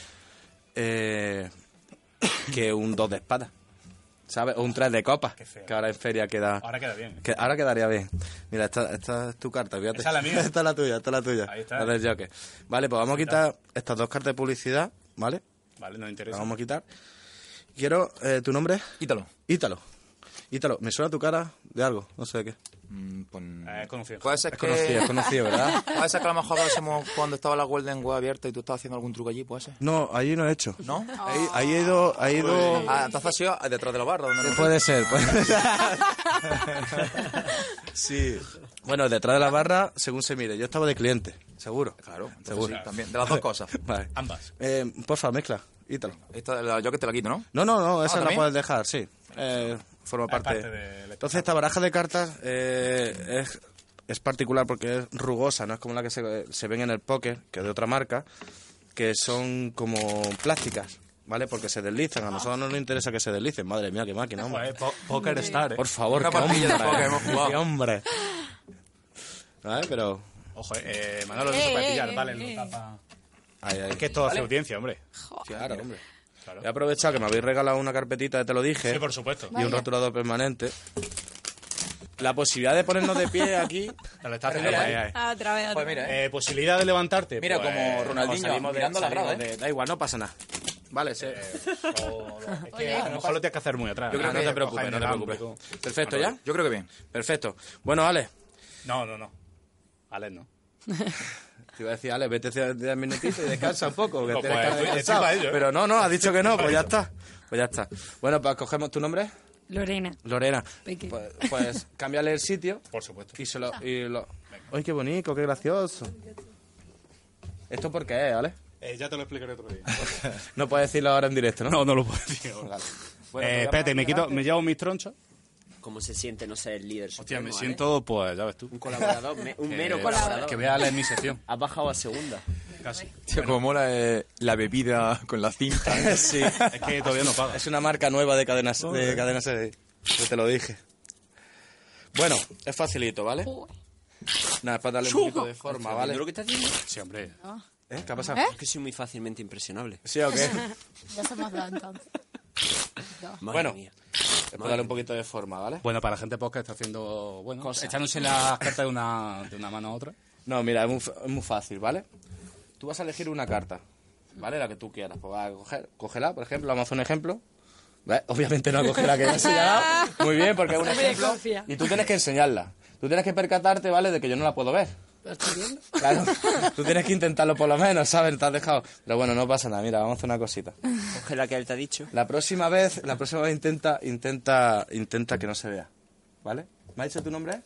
[SPEAKER 7] eh, que un 2 de espada, ¿sabes? O un 3 de copas, que ahora en feria queda...
[SPEAKER 3] Ahora queda bien. ¿eh?
[SPEAKER 7] que ahora quedaría bien. Mira, esta, esta es tu carta, fíjate.
[SPEAKER 3] Esa es la mía.
[SPEAKER 7] esta es la tuya, esta es la tuya.
[SPEAKER 3] Ahí está.
[SPEAKER 7] La del Joker. Vale, pues vamos a quitar estas dos cartas de publicidad, ¿vale?
[SPEAKER 3] Vale, no
[SPEAKER 7] La
[SPEAKER 3] interesa.
[SPEAKER 7] vamos a quitar. Quiero, eh, ¿tu nombre? Ítalo. Ítalo. Ítalo, me suena tu cara de algo, no sé de qué.
[SPEAKER 3] Es
[SPEAKER 9] Mm,
[SPEAKER 3] conocido.
[SPEAKER 9] pues, Puede ser
[SPEAKER 7] Es
[SPEAKER 9] que...
[SPEAKER 7] conocido, es conocido, ¿verdad?
[SPEAKER 9] Puede ser que a lo mejor hacemos cuando estaba la Golden Web abierta y tú estabas haciendo algún truco allí, puede ser.
[SPEAKER 7] No, allí no he hecho.
[SPEAKER 9] ¿No?
[SPEAKER 7] Ahí, ahí he ido... Ahí he ido... Eh,
[SPEAKER 9] Ah, entonces ha sido detrás de la barra. Donde no-
[SPEAKER 7] Puede ser, puede ser. sí. Bueno, detrás de la barra, según se mire. Yo estaba de cliente, seguro. Claro, seguro.
[SPEAKER 9] sí, también, de las dos cosas.
[SPEAKER 7] Vale.
[SPEAKER 3] Ambas.
[SPEAKER 7] Eh, porfa, mezcla. Ítalo.
[SPEAKER 9] Esta, la, yo que te la quito, ¿no?
[SPEAKER 7] No, no, no,
[SPEAKER 9] Ah,
[SPEAKER 7] esa la
[SPEAKER 9] ¿también? Ah,
[SPEAKER 7] puedes dejar, sí. Eh, forma parte.
[SPEAKER 3] parte del
[SPEAKER 7] Entonces, esta baraja de cartas eh, es, es particular porque es rugosa, no es como la que se, se ven en el póker, que es de otra marca, que son como plásticas, ¿vale? Porque se deslizan. A nosotros no nos interesa que se deslicen. Madre mía, qué máquina, hombre.
[SPEAKER 3] Joder, po- Poker Star, eh.
[SPEAKER 7] Por favor,
[SPEAKER 9] Una
[SPEAKER 7] qué
[SPEAKER 9] partida de póker hemos
[SPEAKER 7] hombre.
[SPEAKER 9] jugado.
[SPEAKER 7] Qué hombre. ¿Vale? Pero.
[SPEAKER 3] Ojo, eh, Manolo, no se puede
[SPEAKER 4] Eh,
[SPEAKER 3] pillar,
[SPEAKER 4] eh,
[SPEAKER 3] vale,
[SPEAKER 4] eh.
[SPEAKER 3] lo tapa.
[SPEAKER 7] Ahí, ahí.
[SPEAKER 3] Es que esto hace audiencia, hombre.
[SPEAKER 7] Claro, hombre.
[SPEAKER 3] Claro.
[SPEAKER 7] He aprovechado que me habéis regalado una carpetita de Te lo dije.
[SPEAKER 3] Sí, por supuesto.
[SPEAKER 7] y un rotulador permanente. La posibilidad de ponernos de pie aquí.
[SPEAKER 3] Te lo está haciendo
[SPEAKER 9] Mira,
[SPEAKER 3] ahí, ahí.
[SPEAKER 4] Ah, otra vez, otra
[SPEAKER 9] Pues
[SPEAKER 4] vez.
[SPEAKER 9] mira, eh.
[SPEAKER 3] Eh, posibilidad de levantarte.
[SPEAKER 9] Mira,
[SPEAKER 3] pues,
[SPEAKER 9] como Ronaldinho,
[SPEAKER 3] o salimos de-
[SPEAKER 9] mirando la
[SPEAKER 3] salimos
[SPEAKER 9] grada,
[SPEAKER 3] de-
[SPEAKER 9] ¿eh?
[SPEAKER 7] Da igual, no pasa nada. Eh, Vale, sí.
[SPEAKER 3] o- es que a lo mejor lo tienes que hacer muy atrás.
[SPEAKER 7] Yo creo
[SPEAKER 3] Ah,
[SPEAKER 7] que-
[SPEAKER 3] no te
[SPEAKER 7] Jaime,
[SPEAKER 3] preocupes, no te
[SPEAKER 7] da un
[SPEAKER 3] preocupes.
[SPEAKER 7] Perfecto, ¿ya?
[SPEAKER 9] Yo creo que bien.
[SPEAKER 7] Perfecto. Bueno, Ale.
[SPEAKER 3] No, no, no. Alex no.
[SPEAKER 7] Te iba a decir, Ale, vete 10 minutitos y descansa un poco. Que
[SPEAKER 3] No,
[SPEAKER 7] tienes
[SPEAKER 3] pues,
[SPEAKER 7] cara de
[SPEAKER 3] estoy-
[SPEAKER 7] cansado.
[SPEAKER 3] estoy pa' ello, ¿eh?
[SPEAKER 7] Pero no, no, has dicho que no, pues ya está. Pues ya está. Bueno, pues cogemos tu nombre,
[SPEAKER 4] Lorena.
[SPEAKER 7] Lorena.
[SPEAKER 4] Peque.
[SPEAKER 7] Pues, pues cámbiale el sitio
[SPEAKER 3] Por supuesto.
[SPEAKER 7] y se lo. Y lo... ¡Ay, qué bonito, qué gracioso! ¿Esto por qué es, Ale?
[SPEAKER 3] Eh, ya te lo explicaré otro día.
[SPEAKER 7] No puedes decirlo ahora en directo, ¿no?
[SPEAKER 3] No, no lo puedo decir.
[SPEAKER 7] Vale.
[SPEAKER 3] eh, espérate, me, quito, me llevo mis tronchos.
[SPEAKER 6] ¿Cómo se siente no ser el líder?
[SPEAKER 3] Hostia, me
[SPEAKER 6] supremo,
[SPEAKER 3] siento, pues, ya ves tú.
[SPEAKER 6] ¿vale? Un colaborador, me- un mero colaborador.
[SPEAKER 3] Que voy a leer mi sección.
[SPEAKER 6] Has bajado a segunda.
[SPEAKER 3] Casi.
[SPEAKER 9] Tío, como mola eh, la bebida con la cinta.
[SPEAKER 7] Sí.
[SPEAKER 3] Es que todavía no pagas.
[SPEAKER 7] Es una marca nueva de cadenas de cadenas de- yo te lo dije. Bueno, es facilito, ¿vale? Nada, es para darle un poquito de forma,
[SPEAKER 6] ¿Viendo
[SPEAKER 7] ¿vale?
[SPEAKER 6] lo que estás Ah. diciendo?
[SPEAKER 3] Sí, hombre.
[SPEAKER 7] ¿Eh? ¿Qué ha pasado?
[SPEAKER 6] Es que soy muy fácilmente impresionable.
[SPEAKER 7] ¿Sí o qué?
[SPEAKER 4] Ya somos dos entonces.
[SPEAKER 6] Madre
[SPEAKER 7] Bueno.
[SPEAKER 6] mía.
[SPEAKER 7] Es para darle un poquito de forma, ¿vale?
[SPEAKER 3] Bueno, para la gente poca está haciendo, bueno, echándose las cartas de una, de una mano a otra.
[SPEAKER 7] No, mira, es muy, f- es muy fácil, ¿vale? Tú vas a elegir una carta, ¿vale? La que tú quieras. Pues vas a coger, cógela, por ejemplo, vamos a hacer un ejemplo. ¿Ve? Obviamente no coger la que yo he señalado. Muy bien, porque es un ejemplo.
[SPEAKER 4] confía.
[SPEAKER 7] Y tú tienes que enseñarla. Tú tienes que percatarte, ¿vale? De que yo no la puedo ver. Claro, tú tienes que intentarlo por lo menos, ¿sabes? Te has dejado. Pero bueno, no pasa nada. Mira, vamos a hacer una cosita.
[SPEAKER 6] Coge la que él te ha dicho.
[SPEAKER 7] La próxima vez, la próxima vez intenta, intenta, intenta que no se vea. ¿Vale? ¿Me has dicho tu nombre?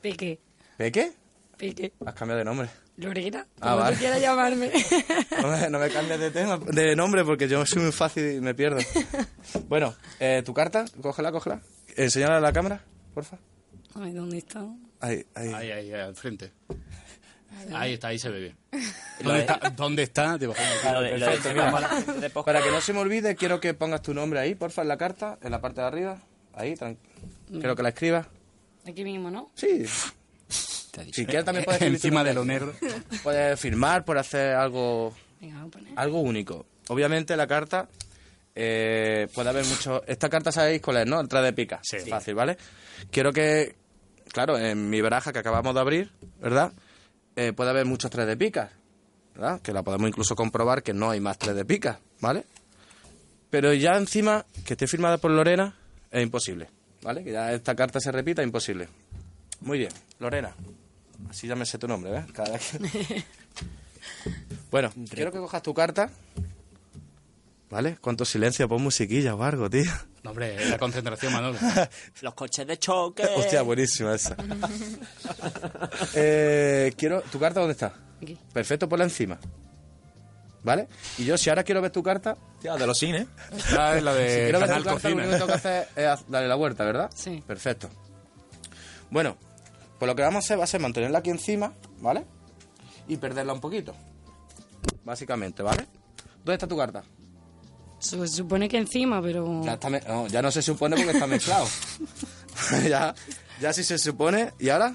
[SPEAKER 4] Peque,
[SPEAKER 7] ¿Peque?
[SPEAKER 4] Peque.
[SPEAKER 7] Has cambiado de nombre.
[SPEAKER 4] Lorena,
[SPEAKER 7] Ah,
[SPEAKER 4] como
[SPEAKER 7] vale.
[SPEAKER 4] tú quieras llamarme.
[SPEAKER 7] No me, no me cambies de tema, de nombre, porque yo soy muy fácil y me pierdo. Bueno, eh, tu carta, cógela, cógela. Enseñala a la cámara, porfa.
[SPEAKER 4] Ay, ¿dónde están?
[SPEAKER 7] Ahí, ahí.
[SPEAKER 3] Ahí, ahí, ahí, al frente. Ahí está, ahí se ve bien. ¿Dónde está? ¿Dónde está? Te bajo una-
[SPEAKER 6] Lo de- lo de- de- de-
[SPEAKER 7] Para que no se me olvide, quiero que pongas tu nombre ahí, porfa, en la carta, en la parte de arriba. Ahí, tranquilo.
[SPEAKER 3] Mm.
[SPEAKER 7] Quiero que la escribas.
[SPEAKER 4] Aquí mismo, ¿no?
[SPEAKER 7] Sí. Si quieres también puedes escribir tu
[SPEAKER 3] Encima de lo
[SPEAKER 7] nombre.
[SPEAKER 3] negro.
[SPEAKER 7] Puedes firmar por hacer algo
[SPEAKER 4] Venga, vamos a poner.
[SPEAKER 7] algo único. Obviamente la carta eh, puede haber mucho. Esta carta sabéis cuál es, ¿no? El tres de pica.
[SPEAKER 3] Sí.
[SPEAKER 7] Fácil, ¿vale? Quiero que, claro, en mi baraja que acabamos de abrir, ¿verdad? Eh, puede haber muchos tres de picas, ¿verdad? Que la podemos incluso comprobar que no hay más tres de picas, ¿vale? Pero ya encima que esté firmada por Lorena es imposible, ¿vale? Que ya esta carta se repita, imposible. Muy bien, Lorena. Así ya me sé tu nombre, ¿ves? Cada vez que- Bueno, quiero que cojas tu carta. ¿Vale? ¿Cuánto silencio? Pon musiquilla o algo, tío.
[SPEAKER 3] No, hombre, la concentración, Manolo.
[SPEAKER 6] Los coches de choque.
[SPEAKER 7] Hostia, buenísima esa. Eh, quiero... ¿Tu carta dónde está?
[SPEAKER 4] Aquí.
[SPEAKER 7] Perfecto, ponla encima. ¿Vale? Y yo, si ahora quiero ver tu carta...
[SPEAKER 10] Ya, de los cines.
[SPEAKER 3] Ya Ah, es la de
[SPEAKER 7] si quiero ver
[SPEAKER 3] Canal
[SPEAKER 7] tu carta, lo
[SPEAKER 3] Cocina.
[SPEAKER 7] único que tengo que hacer es haz- darle la vuelta, ¿verdad?
[SPEAKER 4] Sí.
[SPEAKER 7] Perfecto. Bueno, pues lo que vamos a hacer va a ser mantenerla aquí encima, ¿vale? Y perderla un poquito. Básicamente, ¿vale? ¿Dónde está tu carta?
[SPEAKER 4] Se supone que encima, pero...
[SPEAKER 7] Ya, está me- no, ya no se supone porque está mezclado. ya, ya sí se supone. ¿Y ahora?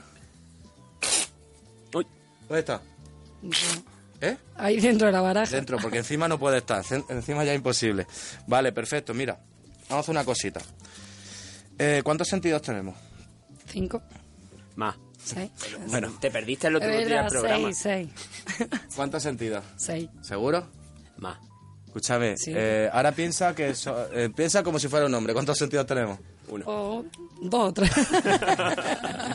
[SPEAKER 6] Uy.
[SPEAKER 7] ¿Dónde está? ¿Eh?
[SPEAKER 4] Ahí dentro de la baraja.
[SPEAKER 7] Dentro, porque encima no puede estar. cen- Encima ya es imposible. Vale, perfecto. Mira, vamos a hacer una cosita. Eh, ¿Cuántos sentidos tenemos?
[SPEAKER 4] Cinco,
[SPEAKER 6] Más.
[SPEAKER 4] seis.
[SPEAKER 6] Bueno, te perdiste el
[SPEAKER 4] Es
[SPEAKER 6] otro día
[SPEAKER 4] verdad,
[SPEAKER 6] del programa.
[SPEAKER 4] seis, seis.
[SPEAKER 7] ¿Cuántos sentidos?
[SPEAKER 4] Seis.
[SPEAKER 7] ¿Seguro?
[SPEAKER 11] eh.
[SPEAKER 6] Más.
[SPEAKER 7] Escúchame,
[SPEAKER 4] Sí.
[SPEAKER 7] eh, ahora piensa que so- eh, piensa como si fuera un hombre. ¿Cuántos sentidos tenemos?
[SPEAKER 4] O dos o tres.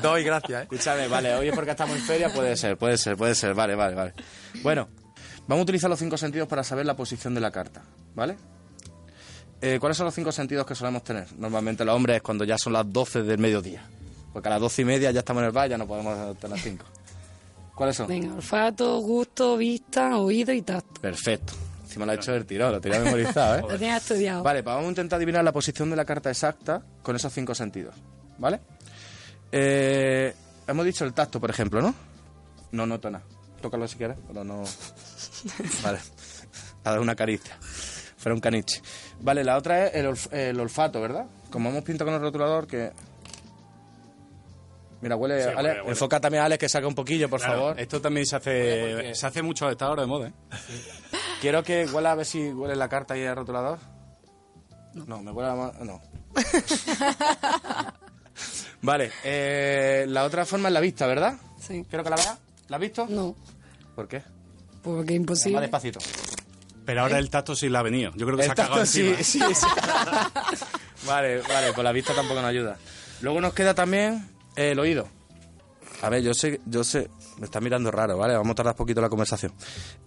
[SPEAKER 7] Doy gracias, ¿eh? Escúchame, vale, hoy es porque estamos en feria, puede ser, puede ser, puede ser, vale, vale, vale. Bueno, vamos a utilizar los cinco sentidos para saber la posición de la carta, ¿vale? Eh, ¿Cuáles son los cinco sentidos que solemos tener? Normalmente los hombres es cuando ya son las 12 del mediodía. Porque a las 12 y media ya estamos en el bar, ya no podemos tener las cinco. ¿Cuáles son?
[SPEAKER 4] Venga, olfato, gusto, vista, oído y tacto.
[SPEAKER 7] Perfecto. Encima lo ha hecho del tirón, lo tenía memorizado, ¿eh?
[SPEAKER 4] Lo tenía estudiado.
[SPEAKER 7] Vale, pues vamos a intentar adivinar la posición de la carta exacta con esos cinco sentidos, ¿vale? Eh, hemos dicho el tacto, por ejemplo, ¿no? No noto nada. Tócalo si quieres, pero no... Vale. A dar una caricia. Fuera un caniche. Vale, la otra es el, olf- el olfato, ¿verdad? Como hemos pintado con el rotulador, que... Mira, huele...
[SPEAKER 3] huele,
[SPEAKER 7] Alex,
[SPEAKER 3] huele.
[SPEAKER 7] Enfoca también a Alex que saca un poquillo, por
[SPEAKER 3] Claro,
[SPEAKER 7] favor.
[SPEAKER 3] Esto también se hace, se hace mucho a esta hora de moda, ¿eh?
[SPEAKER 7] Quiero que huela a ver si huele la carta y el rotulador. No, me huele a ma- No. vale, eh, la otra forma es la vista, ¿verdad?
[SPEAKER 4] Sí.
[SPEAKER 7] Quiero que la veas. ¿La has visto?
[SPEAKER 4] No,
[SPEAKER 7] ¿Por qué?
[SPEAKER 4] porque
[SPEAKER 7] Más
[SPEAKER 4] imposible.
[SPEAKER 7] despacito.
[SPEAKER 3] Pero ahora el tacto sí la ha venido. Yo creo que se ha
[SPEAKER 7] El
[SPEAKER 3] cagado
[SPEAKER 7] tacto sí,
[SPEAKER 3] encima.
[SPEAKER 7] sí, sí. ¿eh? vale, vale, pues la vista tampoco nos ayuda. Luego nos queda también eh, el oído. A ver, yo sé, yo sé, me está mirando raro, ¿vale? Vamos a tardar poquito la conversación.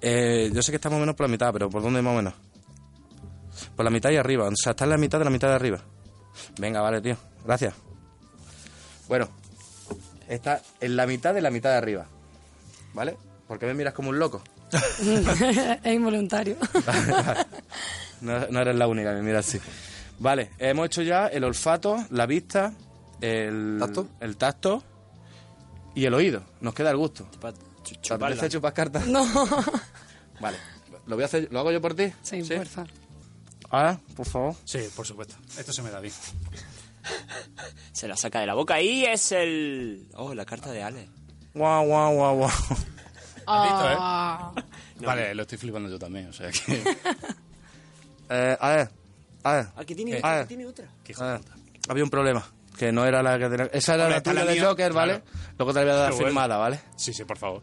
[SPEAKER 7] Eh, yo sé que está más o menos por la mitad, pero ¿por dónde más o menos? Por la mitad y arriba, o sea, está en la mitad de la mitad de arriba. Venga, vale, tío, gracias. Bueno, está en la mitad de la mitad de arriba, ¿vale? Porque me miras como un loco.
[SPEAKER 4] es involuntario.
[SPEAKER 7] No, no eres la única, que mira así. Vale, hemos hecho ya el olfato, la vista, el
[SPEAKER 9] ¿Tacto?
[SPEAKER 7] el tacto y el oído. Nos queda el gusto.
[SPEAKER 6] Ch-
[SPEAKER 7] ¿Te
[SPEAKER 6] chuparla.
[SPEAKER 7] apetece chupar cartas?
[SPEAKER 4] no.
[SPEAKER 7] Vale, lo voy a hacer, lo hago yo por ti.
[SPEAKER 4] Sí, porfa.
[SPEAKER 7] Ah, por favor.
[SPEAKER 3] Sí, por supuesto. Esto se me da bien.
[SPEAKER 6] Se la saca de la boca. Y es el. Oh, la carta de Ale.
[SPEAKER 7] Guau, guau, guau, guau.
[SPEAKER 3] Ah. ¿eh? Vale, lo estoy flipando yo también, o sea que...
[SPEAKER 7] Eh, a ver, a ver.
[SPEAKER 6] Aquí tiene,
[SPEAKER 7] Eh,
[SPEAKER 6] otra,
[SPEAKER 7] ah.
[SPEAKER 6] aquí tiene otra.
[SPEAKER 7] a ver. Había un problema, que no era la que tenía- Esa era
[SPEAKER 3] Hombre,
[SPEAKER 7] la
[SPEAKER 3] está la
[SPEAKER 7] tuya de
[SPEAKER 3] mía,
[SPEAKER 7] Joker, ¿vale? Luego te la voy a dar
[SPEAKER 3] Pero bueno.
[SPEAKER 7] firmada, ¿vale?
[SPEAKER 3] Sí, sí, por favor.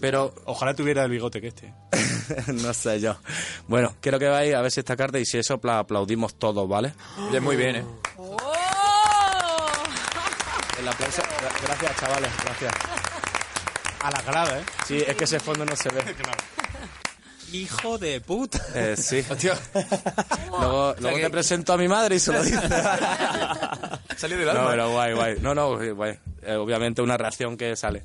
[SPEAKER 7] Pero
[SPEAKER 3] Ojalá tuviera el bigote que este.
[SPEAKER 7] no sé yo. Bueno, quiero que vais a ver si esta carta y si eso la aplaudimos todos, ¿vale?
[SPEAKER 10] Bien, muy bien, ¿eh?
[SPEAKER 4] ¡Oh!
[SPEAKER 7] El aplauso. gra- Gracias, chavales, gracias.
[SPEAKER 3] A la grave, ¿eh?
[SPEAKER 7] Sí, es que ese fondo no se ve.
[SPEAKER 10] Hijo de puta.
[SPEAKER 7] Eh, sí. Luego, luego te presento a mi madre y se lo dice.
[SPEAKER 10] Salió del
[SPEAKER 7] No,
[SPEAKER 10] alma.
[SPEAKER 7] pero guay, guay. No, no, eh, guay. Eh, obviamente una reacción que sale.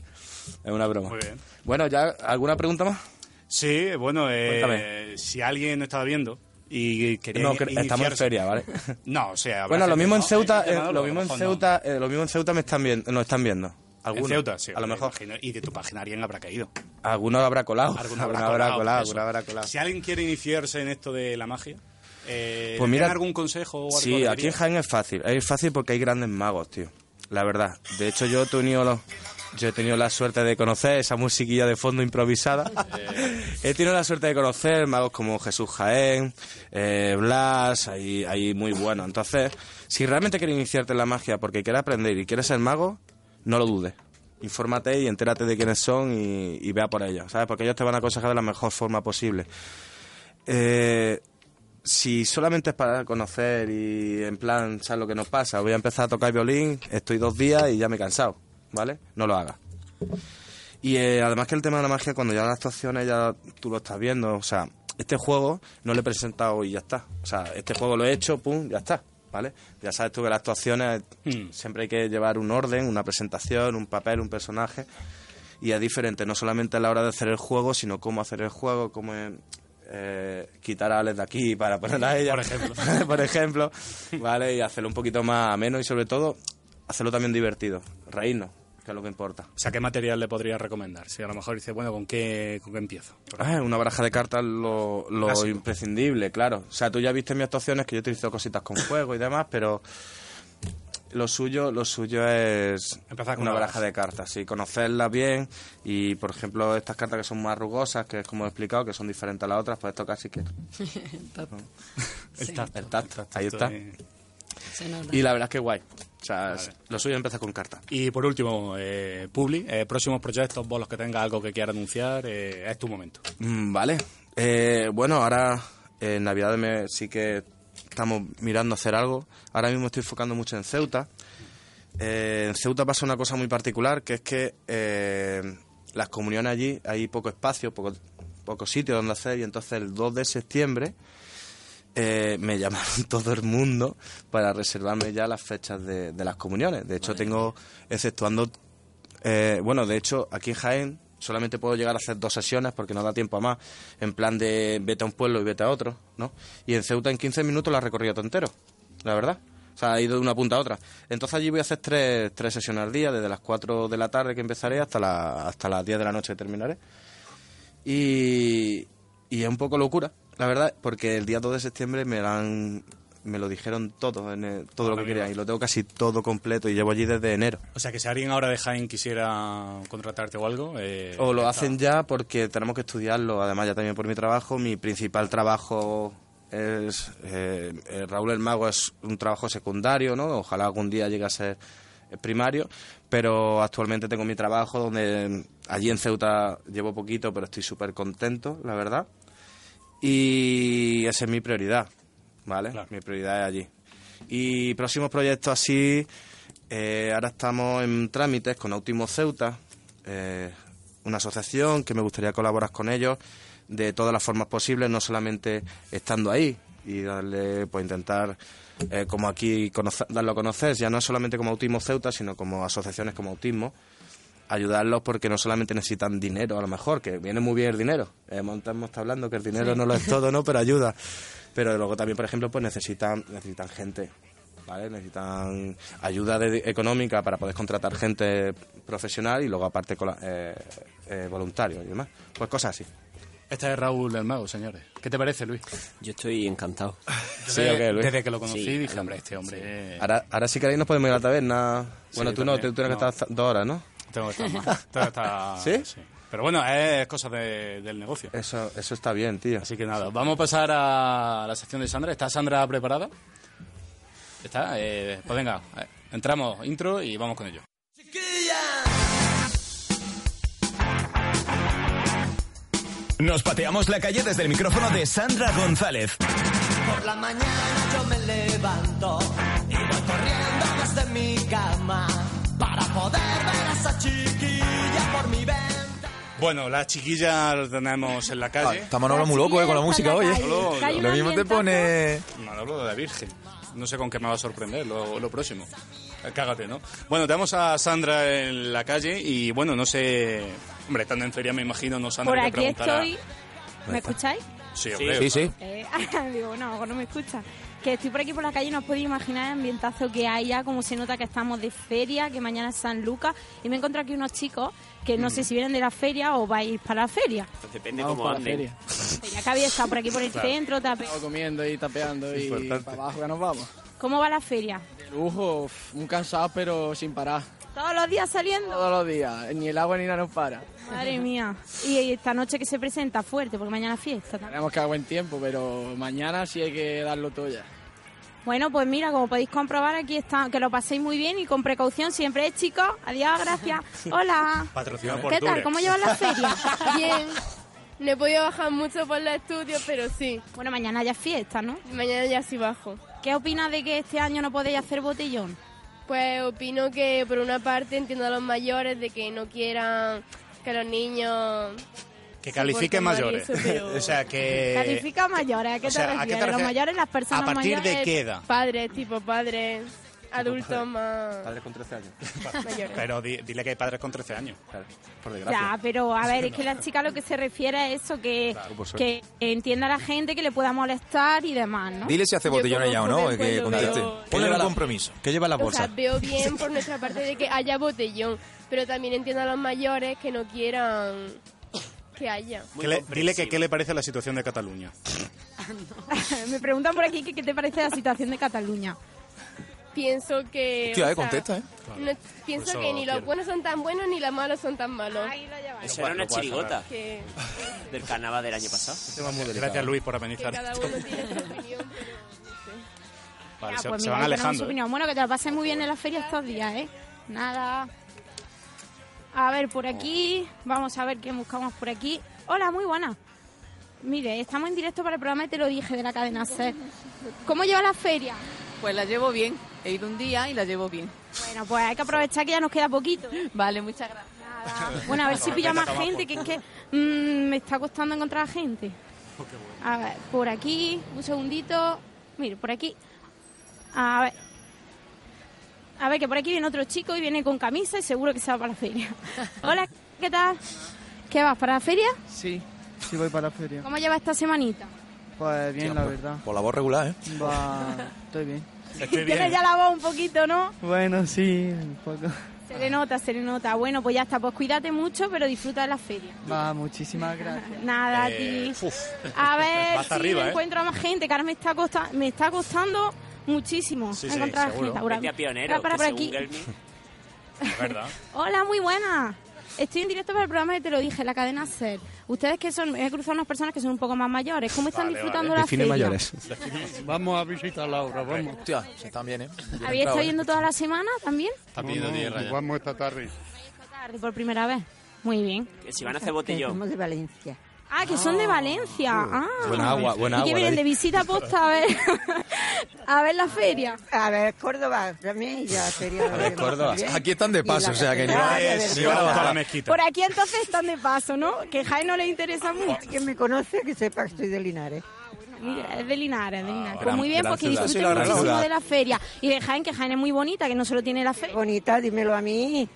[SPEAKER 7] Es una broma.
[SPEAKER 3] Muy bien.
[SPEAKER 7] Bueno, ¿ya alguna pregunta más?
[SPEAKER 3] Sí, bueno, eh,
[SPEAKER 7] Cuéntame.
[SPEAKER 3] si alguien estaba viendo y quería
[SPEAKER 7] No, que- estamos en
[SPEAKER 3] iniciarse-
[SPEAKER 7] feria, ¿vale.
[SPEAKER 3] No, o sea... habrá
[SPEAKER 7] Bueno, lo
[SPEAKER 3] gente-
[SPEAKER 7] mismo en
[SPEAKER 3] no,
[SPEAKER 7] Ceuta,
[SPEAKER 3] hay gente
[SPEAKER 7] eh,
[SPEAKER 3] llamada,
[SPEAKER 7] lo
[SPEAKER 3] a
[SPEAKER 7] mismo en
[SPEAKER 3] mejor no.
[SPEAKER 7] Ceuta, eh, lo mismo en Ceuta me están viendo, nos están viendo.
[SPEAKER 3] En
[SPEAKER 7] Algunos.
[SPEAKER 3] Ceuta, sí.
[SPEAKER 7] A lo
[SPEAKER 3] me
[SPEAKER 7] mejor.
[SPEAKER 3] imagino. Y de tu página alguien habrá caído.
[SPEAKER 7] Algunos habrá colado.
[SPEAKER 3] Alguno habrá
[SPEAKER 7] Alguno
[SPEAKER 3] colado, por eso.
[SPEAKER 7] alguno habrá colado.
[SPEAKER 3] Si alguien quiere iniciarse en esto de la magia, eh,
[SPEAKER 7] Pues mira-
[SPEAKER 3] ¿tiene algún consejo o algo
[SPEAKER 7] Sí,
[SPEAKER 3] que
[SPEAKER 7] aquí en
[SPEAKER 3] diría?
[SPEAKER 7] Jaén es fácil. Es fácil porque hay grandes magos, tío. La verdad. De hecho, yo he tenido, lo- yo he tenido la suerte de conocer esa musiquilla de fondo improvisada.
[SPEAKER 3] Eh.
[SPEAKER 7] he tenido la suerte de conocer magos como Jesús Jaén, eh, Blas, ahí, ahí muy bueno. Entonces, si realmente quieres iniciarte en la magia porque quieres aprender y quieres ser mago, no lo dudes. Infórmate y entérate de quiénes son y, y vea por ellos, ¿sabes? Porque ellos te van a aconsejar de la mejor forma posible. Eh, si solamente es para conocer y en plan, ¿sabes lo que nos pasa? Voy a empezar a tocar violín, estoy dos días y ya me he cansado, ¿vale? No lo hagas. Y eh, además que el tema de la magia, cuando ya las actuaciones ya tú lo estás viendo, o sea, este juego no lo he presentado y ya está. O sea, este juego lo he hecho, pum, ya está. ¿vale? Ya sabes tú que las actuaciones
[SPEAKER 3] Hmm.
[SPEAKER 7] siempre hay que llevar un orden, una presentación, un papel, un personaje. Y es diferente, no solamente a la hora de hacer el juego, sino cómo hacer el juego, cómo eh, eh, quitar a Alex de aquí para poner a ella.
[SPEAKER 3] Por ejemplo.
[SPEAKER 7] por ejemplo, ¿vale? Y hacerlo un poquito más ameno y sobre todo hacerlo también divertido, reírnos, que es lo que importa.
[SPEAKER 3] O sea, ¿qué material le podrías recomendar? Si a lo mejor dices, bueno, ¿con qué, con qué empiezo?
[SPEAKER 7] Ah, una baraja de cartas lo, lo
[SPEAKER 3] Clásico.
[SPEAKER 7] imprescindible, claro. O sea, tú ya viste mis actuaciones que yo utilizo cositas con fuego y demás, pero lo suyo, lo suyo es
[SPEAKER 3] Empezar con
[SPEAKER 7] una
[SPEAKER 3] una
[SPEAKER 7] baraja
[SPEAKER 3] baraja.
[SPEAKER 7] de cartas, sí, conocerlas bien y, por ejemplo, estas cartas que son más rugosas, que es como he explicado, que son diferentes a las otras, pues esto casi que...
[SPEAKER 4] Tacto. Sí,
[SPEAKER 7] El tacto, ahí está.
[SPEAKER 4] se nota.
[SPEAKER 7] Y la verdad es que guay. O sea, es- lo suyo es empezar con cartas.
[SPEAKER 3] Y por último, eh, Publi, eh, próximos proyectos, vos los que tengas algo que quieras anunciar, eh, es tu momento.
[SPEAKER 7] Mm, Vale. Eh, bueno, ahora eh, en Navidad me- sí que estamos mirando hacer algo. Ahora mismo estoy enfocando mucho en Ceuta. Eh, en Ceuta pasa una cosa muy particular, que es que eh, las comuniones allí hay poco espacio, poco, poco sitio donde hacer, y entonces el 2 de septiembre eh, me llamaron todo el mundo para reservarme ya las fechas de, de las comuniones. De hecho, tengo, exceptuando eh, bueno, de hecho, aquí en Jaén solamente puedo llegar a hacer dos sesiones porque no da tiempo a más, en plan de vete a un pueblo y vete a otro, ¿no? Y en Ceuta en 15 minutos la he recorrido todo entero, la verdad. O sea, he ido de una punta a otra. Entonces allí voy a hacer tres, tres sesiones al día, desde las 4 de la tarde que empezaré hasta, la- hasta las 10 de la noche que terminaré. Y, y es un poco locura, la verdad, porque el día 2 de septiembre me lo, han- me lo dijeron todo, en el- todo lo que querían, y lo tengo casi todo completo y llevo allí desde enero.
[SPEAKER 3] O sea, que si alguien ahora de Jaén quisiera contratarte o algo... eh,
[SPEAKER 7] O lo
[SPEAKER 3] ya
[SPEAKER 7] hacen ya porque tenemos que estudiarlo, además ya también por mi trabajo. Mi principal trabajo es... eh, eh, Raúl el Mago es un trabajo secundario, ¿no? Ojalá algún día llegue a ser eh, primario, pero actualmente tengo mi trabajo donde eh, allí en Ceuta llevo poquito, pero estoy súper contento, la verdad. Y esa es mi prioridad, ¿vale? Mi prioridad es allí. Y próximos proyectos así, eh, ahora estamos en trámites con Autismo Ceuta, eh, una asociación que me gustaría colaborar con ellos de todas las formas posibles, no solamente estando ahí y darle, pues intentar, eh, como aquí, conoce- darlo a conocer, ya no solamente como Autismo Ceuta, sino como asociaciones como Autismo, ayudarlos porque no solamente necesitan dinero, a lo mejor, que viene muy bien el dinero. Eh, Montamos está hablando que el dinero
[SPEAKER 3] Sí.
[SPEAKER 7] no lo es todo, ¿no? Pero ayuda. Pero luego también, por ejemplo, pues necesitan, necesitan gente, ¿vale? Necesitan ayuda de- económica para poder contratar gente profesional y luego aparte cola- eh, eh, voluntarios y demás. Pues cosas así.
[SPEAKER 3] Este es Raúl del Mago, señores. ¿Qué te parece, Luis?
[SPEAKER 6] Yo estoy encantado.
[SPEAKER 7] Sí, ¿o qué, Luis?
[SPEAKER 3] Desde que lo conocí,
[SPEAKER 6] Sí,
[SPEAKER 3] dije,
[SPEAKER 6] a lo-
[SPEAKER 3] hombre, este hombre... eh,
[SPEAKER 7] Ahora, ahora sí Ah. queréis nos podemos ir a la taberna. Bueno,
[SPEAKER 3] Sí,
[SPEAKER 7] tú no,
[SPEAKER 3] también,
[SPEAKER 7] tú tienes que
[SPEAKER 3] no.
[SPEAKER 7] estar dos horas, ¿no?
[SPEAKER 3] Tengo que estar más. Tengo que estar-
[SPEAKER 7] ¿Sí? Eh.
[SPEAKER 3] Pero bueno, es cosa de- del negocio.
[SPEAKER 7] Eso, eso está bien, tío.
[SPEAKER 3] Así que nada, vamos a pasar a la sección de Sandra. ¿Está Sandra preparada? ¿Está? Eh, pues venga, eh, entramos, intro y vamos con ello.
[SPEAKER 2] Nos pateamos la calle desde el micrófono de Sandra González.
[SPEAKER 12] Por la mañana yo me levanto y voy corriendo desde mi cama para poder ver a esa chiquilla por mi ventana.
[SPEAKER 3] Bueno, la chiquilla lo tenemos en la calle.
[SPEAKER 10] Ah, está Manolo muy loco, eh, con la música, oye.
[SPEAKER 3] Manolo,
[SPEAKER 10] Lo mismo te pone...
[SPEAKER 3] Manolo de la Virgen. No sé con qué me va a sorprender lo, lo próximo. Eh, Cágate, ¿no? Bueno, tenemos a Sandra en la calle y bueno, no sé... Hombre, estando en feria me imagino, no Sandra
[SPEAKER 11] Por
[SPEAKER 3] que
[SPEAKER 11] aquí
[SPEAKER 3] preguntará-
[SPEAKER 11] estoy. ¿Me escucháis?
[SPEAKER 3] Sí,
[SPEAKER 10] Sí,
[SPEAKER 3] hombre,
[SPEAKER 10] sí, sí.
[SPEAKER 11] Eh, digo, no, no me escucha. Que estoy por aquí por la calle y no os podéis imaginar el ambientazo que hay ya, como se nota que estamos de feria, que mañana es San Lucas. Y me encuentro aquí unos chicos que no sé si vienen de la feria o vais para la feria. Pues
[SPEAKER 6] Depende
[SPEAKER 13] Vamos
[SPEAKER 6] cómo
[SPEAKER 13] para la
[SPEAKER 6] anden.
[SPEAKER 13] feria.
[SPEAKER 11] Ya que habéis estado por aquí por el
[SPEAKER 13] Claro.
[SPEAKER 11] centro, tape.
[SPEAKER 13] Estamos comiendo y tapeando y
[SPEAKER 11] Importante.
[SPEAKER 13] para abajo que nos vamos.
[SPEAKER 11] ¿Cómo va la feria?
[SPEAKER 13] De lujo, uf, un cansado pero sin parar.
[SPEAKER 11] ¿Todos los días saliendo?
[SPEAKER 13] Todos los días, ni el agua ni nada nos para.
[SPEAKER 11] Madre mía. Y esta noche que se presenta fuerte, porque mañana es fiesta. también.
[SPEAKER 13] Tenemos que hacer buen tiempo, pero mañana sí hay que darlo todo ya.
[SPEAKER 11] Bueno, pues mira, como podéis comprobar, aquí está, que lo paséis muy bien y con precaución siempre, ¿eh, chicos. Adiós, gracias. Hola.
[SPEAKER 3] Patrocinado por
[SPEAKER 11] ¿Qué tal?
[SPEAKER 3] Durex.
[SPEAKER 11] ¿Cómo llevas la feria?
[SPEAKER 14] Bien. No he podido bajar mucho por los estudios, pero sí.
[SPEAKER 11] Bueno, mañana ya es fiesta, ¿no?
[SPEAKER 14] Mañana ya sí bajo.
[SPEAKER 11] ¿Qué opinas de que este año no podéis hacer botellón?
[SPEAKER 14] Pues opino que por una parte entiendo a los mayores de que no quieran que los niños
[SPEAKER 3] Que califiquen
[SPEAKER 11] porque
[SPEAKER 3] mayores.
[SPEAKER 11] Marisa, tío.
[SPEAKER 3] o sea, que...
[SPEAKER 11] Califica mayores, ¿a qué
[SPEAKER 3] Eh, o sea, ¿a
[SPEAKER 11] te
[SPEAKER 3] qué te
[SPEAKER 11] refieres? Los
[SPEAKER 3] refieres?
[SPEAKER 11] mayores, las personas
[SPEAKER 3] ¿A partir de
[SPEAKER 11] mayores.
[SPEAKER 3] qué edad?
[SPEAKER 14] Padres, tipo padres, adultos más...
[SPEAKER 7] Padres con 13 años.
[SPEAKER 14] Mayores.
[SPEAKER 3] Pero di- dile que hay padres con 13 años.
[SPEAKER 7] Por
[SPEAKER 11] Ya, pero a ver, es que la chica lo que se refiere a eso, que,
[SPEAKER 9] por
[SPEAKER 11] que
[SPEAKER 9] suerte.
[SPEAKER 11] entienda a la gente, que le pueda molestar y demás, ¿no?
[SPEAKER 10] Dile si hace botellones ya o no,
[SPEAKER 14] joven,
[SPEAKER 10] eh,
[SPEAKER 14] pues,
[SPEAKER 10] que
[SPEAKER 14] lo
[SPEAKER 10] conteste.
[SPEAKER 14] veo-
[SPEAKER 10] Ponle un compromiso. ¿Qué lleva la
[SPEAKER 14] O sea,
[SPEAKER 10] bolsa?
[SPEAKER 14] veo bien por nuestra parte de que haya botellón, pero también entiendo a los mayores que no quieran que haya.
[SPEAKER 3] Que le- dile que qué le parece la situación de Cataluña.
[SPEAKER 11] Me preguntan por aquí que qué te parece la situación de Cataluña.
[SPEAKER 14] Pienso que...
[SPEAKER 3] Hostia,
[SPEAKER 14] o sea,
[SPEAKER 3] eh, contesta, eh.
[SPEAKER 14] no- pienso
[SPEAKER 3] Eso
[SPEAKER 14] que ni los
[SPEAKER 6] quiero.
[SPEAKER 14] buenos son tan buenos ni los malos son tan malos.
[SPEAKER 6] Eso era una
[SPEAKER 3] Lo puedes
[SPEAKER 6] chirigota
[SPEAKER 14] Que,
[SPEAKER 6] del carnaval del año pasado.
[SPEAKER 3] Gracias, Luis, por
[SPEAKER 14] que
[SPEAKER 3] amenizar.
[SPEAKER 14] cada
[SPEAKER 3] esto.
[SPEAKER 14] uno tiene su opinión, pero no sé.
[SPEAKER 3] Vale,
[SPEAKER 11] Ya, pues mira,
[SPEAKER 3] se, se van
[SPEAKER 11] ahí tenemos
[SPEAKER 3] alejando. ¿eh?
[SPEAKER 11] opinión. Bueno, que te lo pases muy bien en la feria estos días, ¿eh? Nada. A ver, por aquí, vamos a ver qué buscamos por aquí. Hola, muy buena. Mire, estamos en directo para el programa y te lo dije de la cadena SER. ¿Cómo lleva la feria?
[SPEAKER 15] Pues la llevo bien. He ido un día y la llevo bien.
[SPEAKER 11] Bueno, pues hay que aprovechar que ya nos queda poquito.
[SPEAKER 15] Vale, muchas gracias.
[SPEAKER 11] Bueno, a ver si pilla más gente, que es que mm, me está costando encontrar gente. A ver, por aquí, un segundito. Mire, por aquí. A ver. A ver, que por aquí viene otro chico y viene con camisa y seguro que se va para la feria. Hola, ¿qué tal? ¿Qué vas, para la feria?
[SPEAKER 16] Sí, sí voy para la feria.
[SPEAKER 11] ¿Cómo lleva esta semanita?
[SPEAKER 16] Pues bien, la verdad.
[SPEAKER 10] Por la voz regular, ¿eh?
[SPEAKER 16] Va, estoy bien.
[SPEAKER 11] Tiene ya la voz un poquito, ¿no?
[SPEAKER 16] Bueno, sí, un poco.
[SPEAKER 11] Se le nota, se le nota. Bueno, pues ya está, pues cuídate mucho, pero disfruta de la feria.
[SPEAKER 16] Va, muchísimas gracias.
[SPEAKER 11] Nada, a
[SPEAKER 16] Eh,
[SPEAKER 11] ti. A ver
[SPEAKER 16] Vas
[SPEAKER 11] si
[SPEAKER 16] arriba,
[SPEAKER 11] me
[SPEAKER 16] ¿eh?
[SPEAKER 11] encuentro a más gente, que ahora me está, costa- me está costando muchísimo
[SPEAKER 6] Sí, sí,
[SPEAKER 11] encontrar
[SPEAKER 6] seguro.
[SPEAKER 11] gente. Ahora-
[SPEAKER 6] Vete a Pionero,
[SPEAKER 11] ahora para
[SPEAKER 6] que
[SPEAKER 11] por
[SPEAKER 6] según
[SPEAKER 11] aquí.
[SPEAKER 6] Es verdad.
[SPEAKER 11] Hola, muy buena. Estoy en directo para el programa que te lo dije, la cadena SER. Ustedes que son, he cruzado unas personas que son un poco más mayores. ¿Cómo están disfrutando la feria?
[SPEAKER 17] Vamos a visitar la obra, vamos. Hostia, se están bien, ¿eh?
[SPEAKER 11] ¿Habéis estado yendo toda la semana también?
[SPEAKER 17] pidiendo tierra ya.
[SPEAKER 18] Vamos esta tarde.
[SPEAKER 11] Tarde, por primera vez. Muy bien.
[SPEAKER 6] Que si van a hacer botellón.
[SPEAKER 18] Somos de Valencia.
[SPEAKER 11] Ah, que son de Valencia. Ah.
[SPEAKER 10] Buena agua, buena
[SPEAKER 11] y que
[SPEAKER 10] agua,
[SPEAKER 11] vienen
[SPEAKER 10] David.
[SPEAKER 11] de visita posta a ver, a ver la feria.
[SPEAKER 18] A ver, Córdoba, también ya sería.
[SPEAKER 10] A ver, Córdoba. Aquí están de
[SPEAKER 18] Y
[SPEAKER 10] paso,
[SPEAKER 18] la
[SPEAKER 10] o sea que ni
[SPEAKER 18] catedral
[SPEAKER 10] va-
[SPEAKER 18] de
[SPEAKER 10] ni
[SPEAKER 18] Belgrado.
[SPEAKER 10] van a bajar a la
[SPEAKER 3] mezquita.
[SPEAKER 11] Por aquí entonces están de paso, ¿no? Que Jaime no le interesa mucho.
[SPEAKER 18] Quien me conoce, que sepa que estoy de Linares.
[SPEAKER 11] Mira, es de Linares, de Linares. Pues
[SPEAKER 18] gran-
[SPEAKER 11] muy bien,
[SPEAKER 18] gran
[SPEAKER 11] porque
[SPEAKER 18] ciudad. Sí,
[SPEAKER 11] disfruten
[SPEAKER 18] la gran
[SPEAKER 11] muchísimo
[SPEAKER 18] ciudad.
[SPEAKER 11] de la feria. Y de Jaén, que Jaén es muy bonita, que no solo tiene la feria.
[SPEAKER 18] Bonita, dímelo a mí.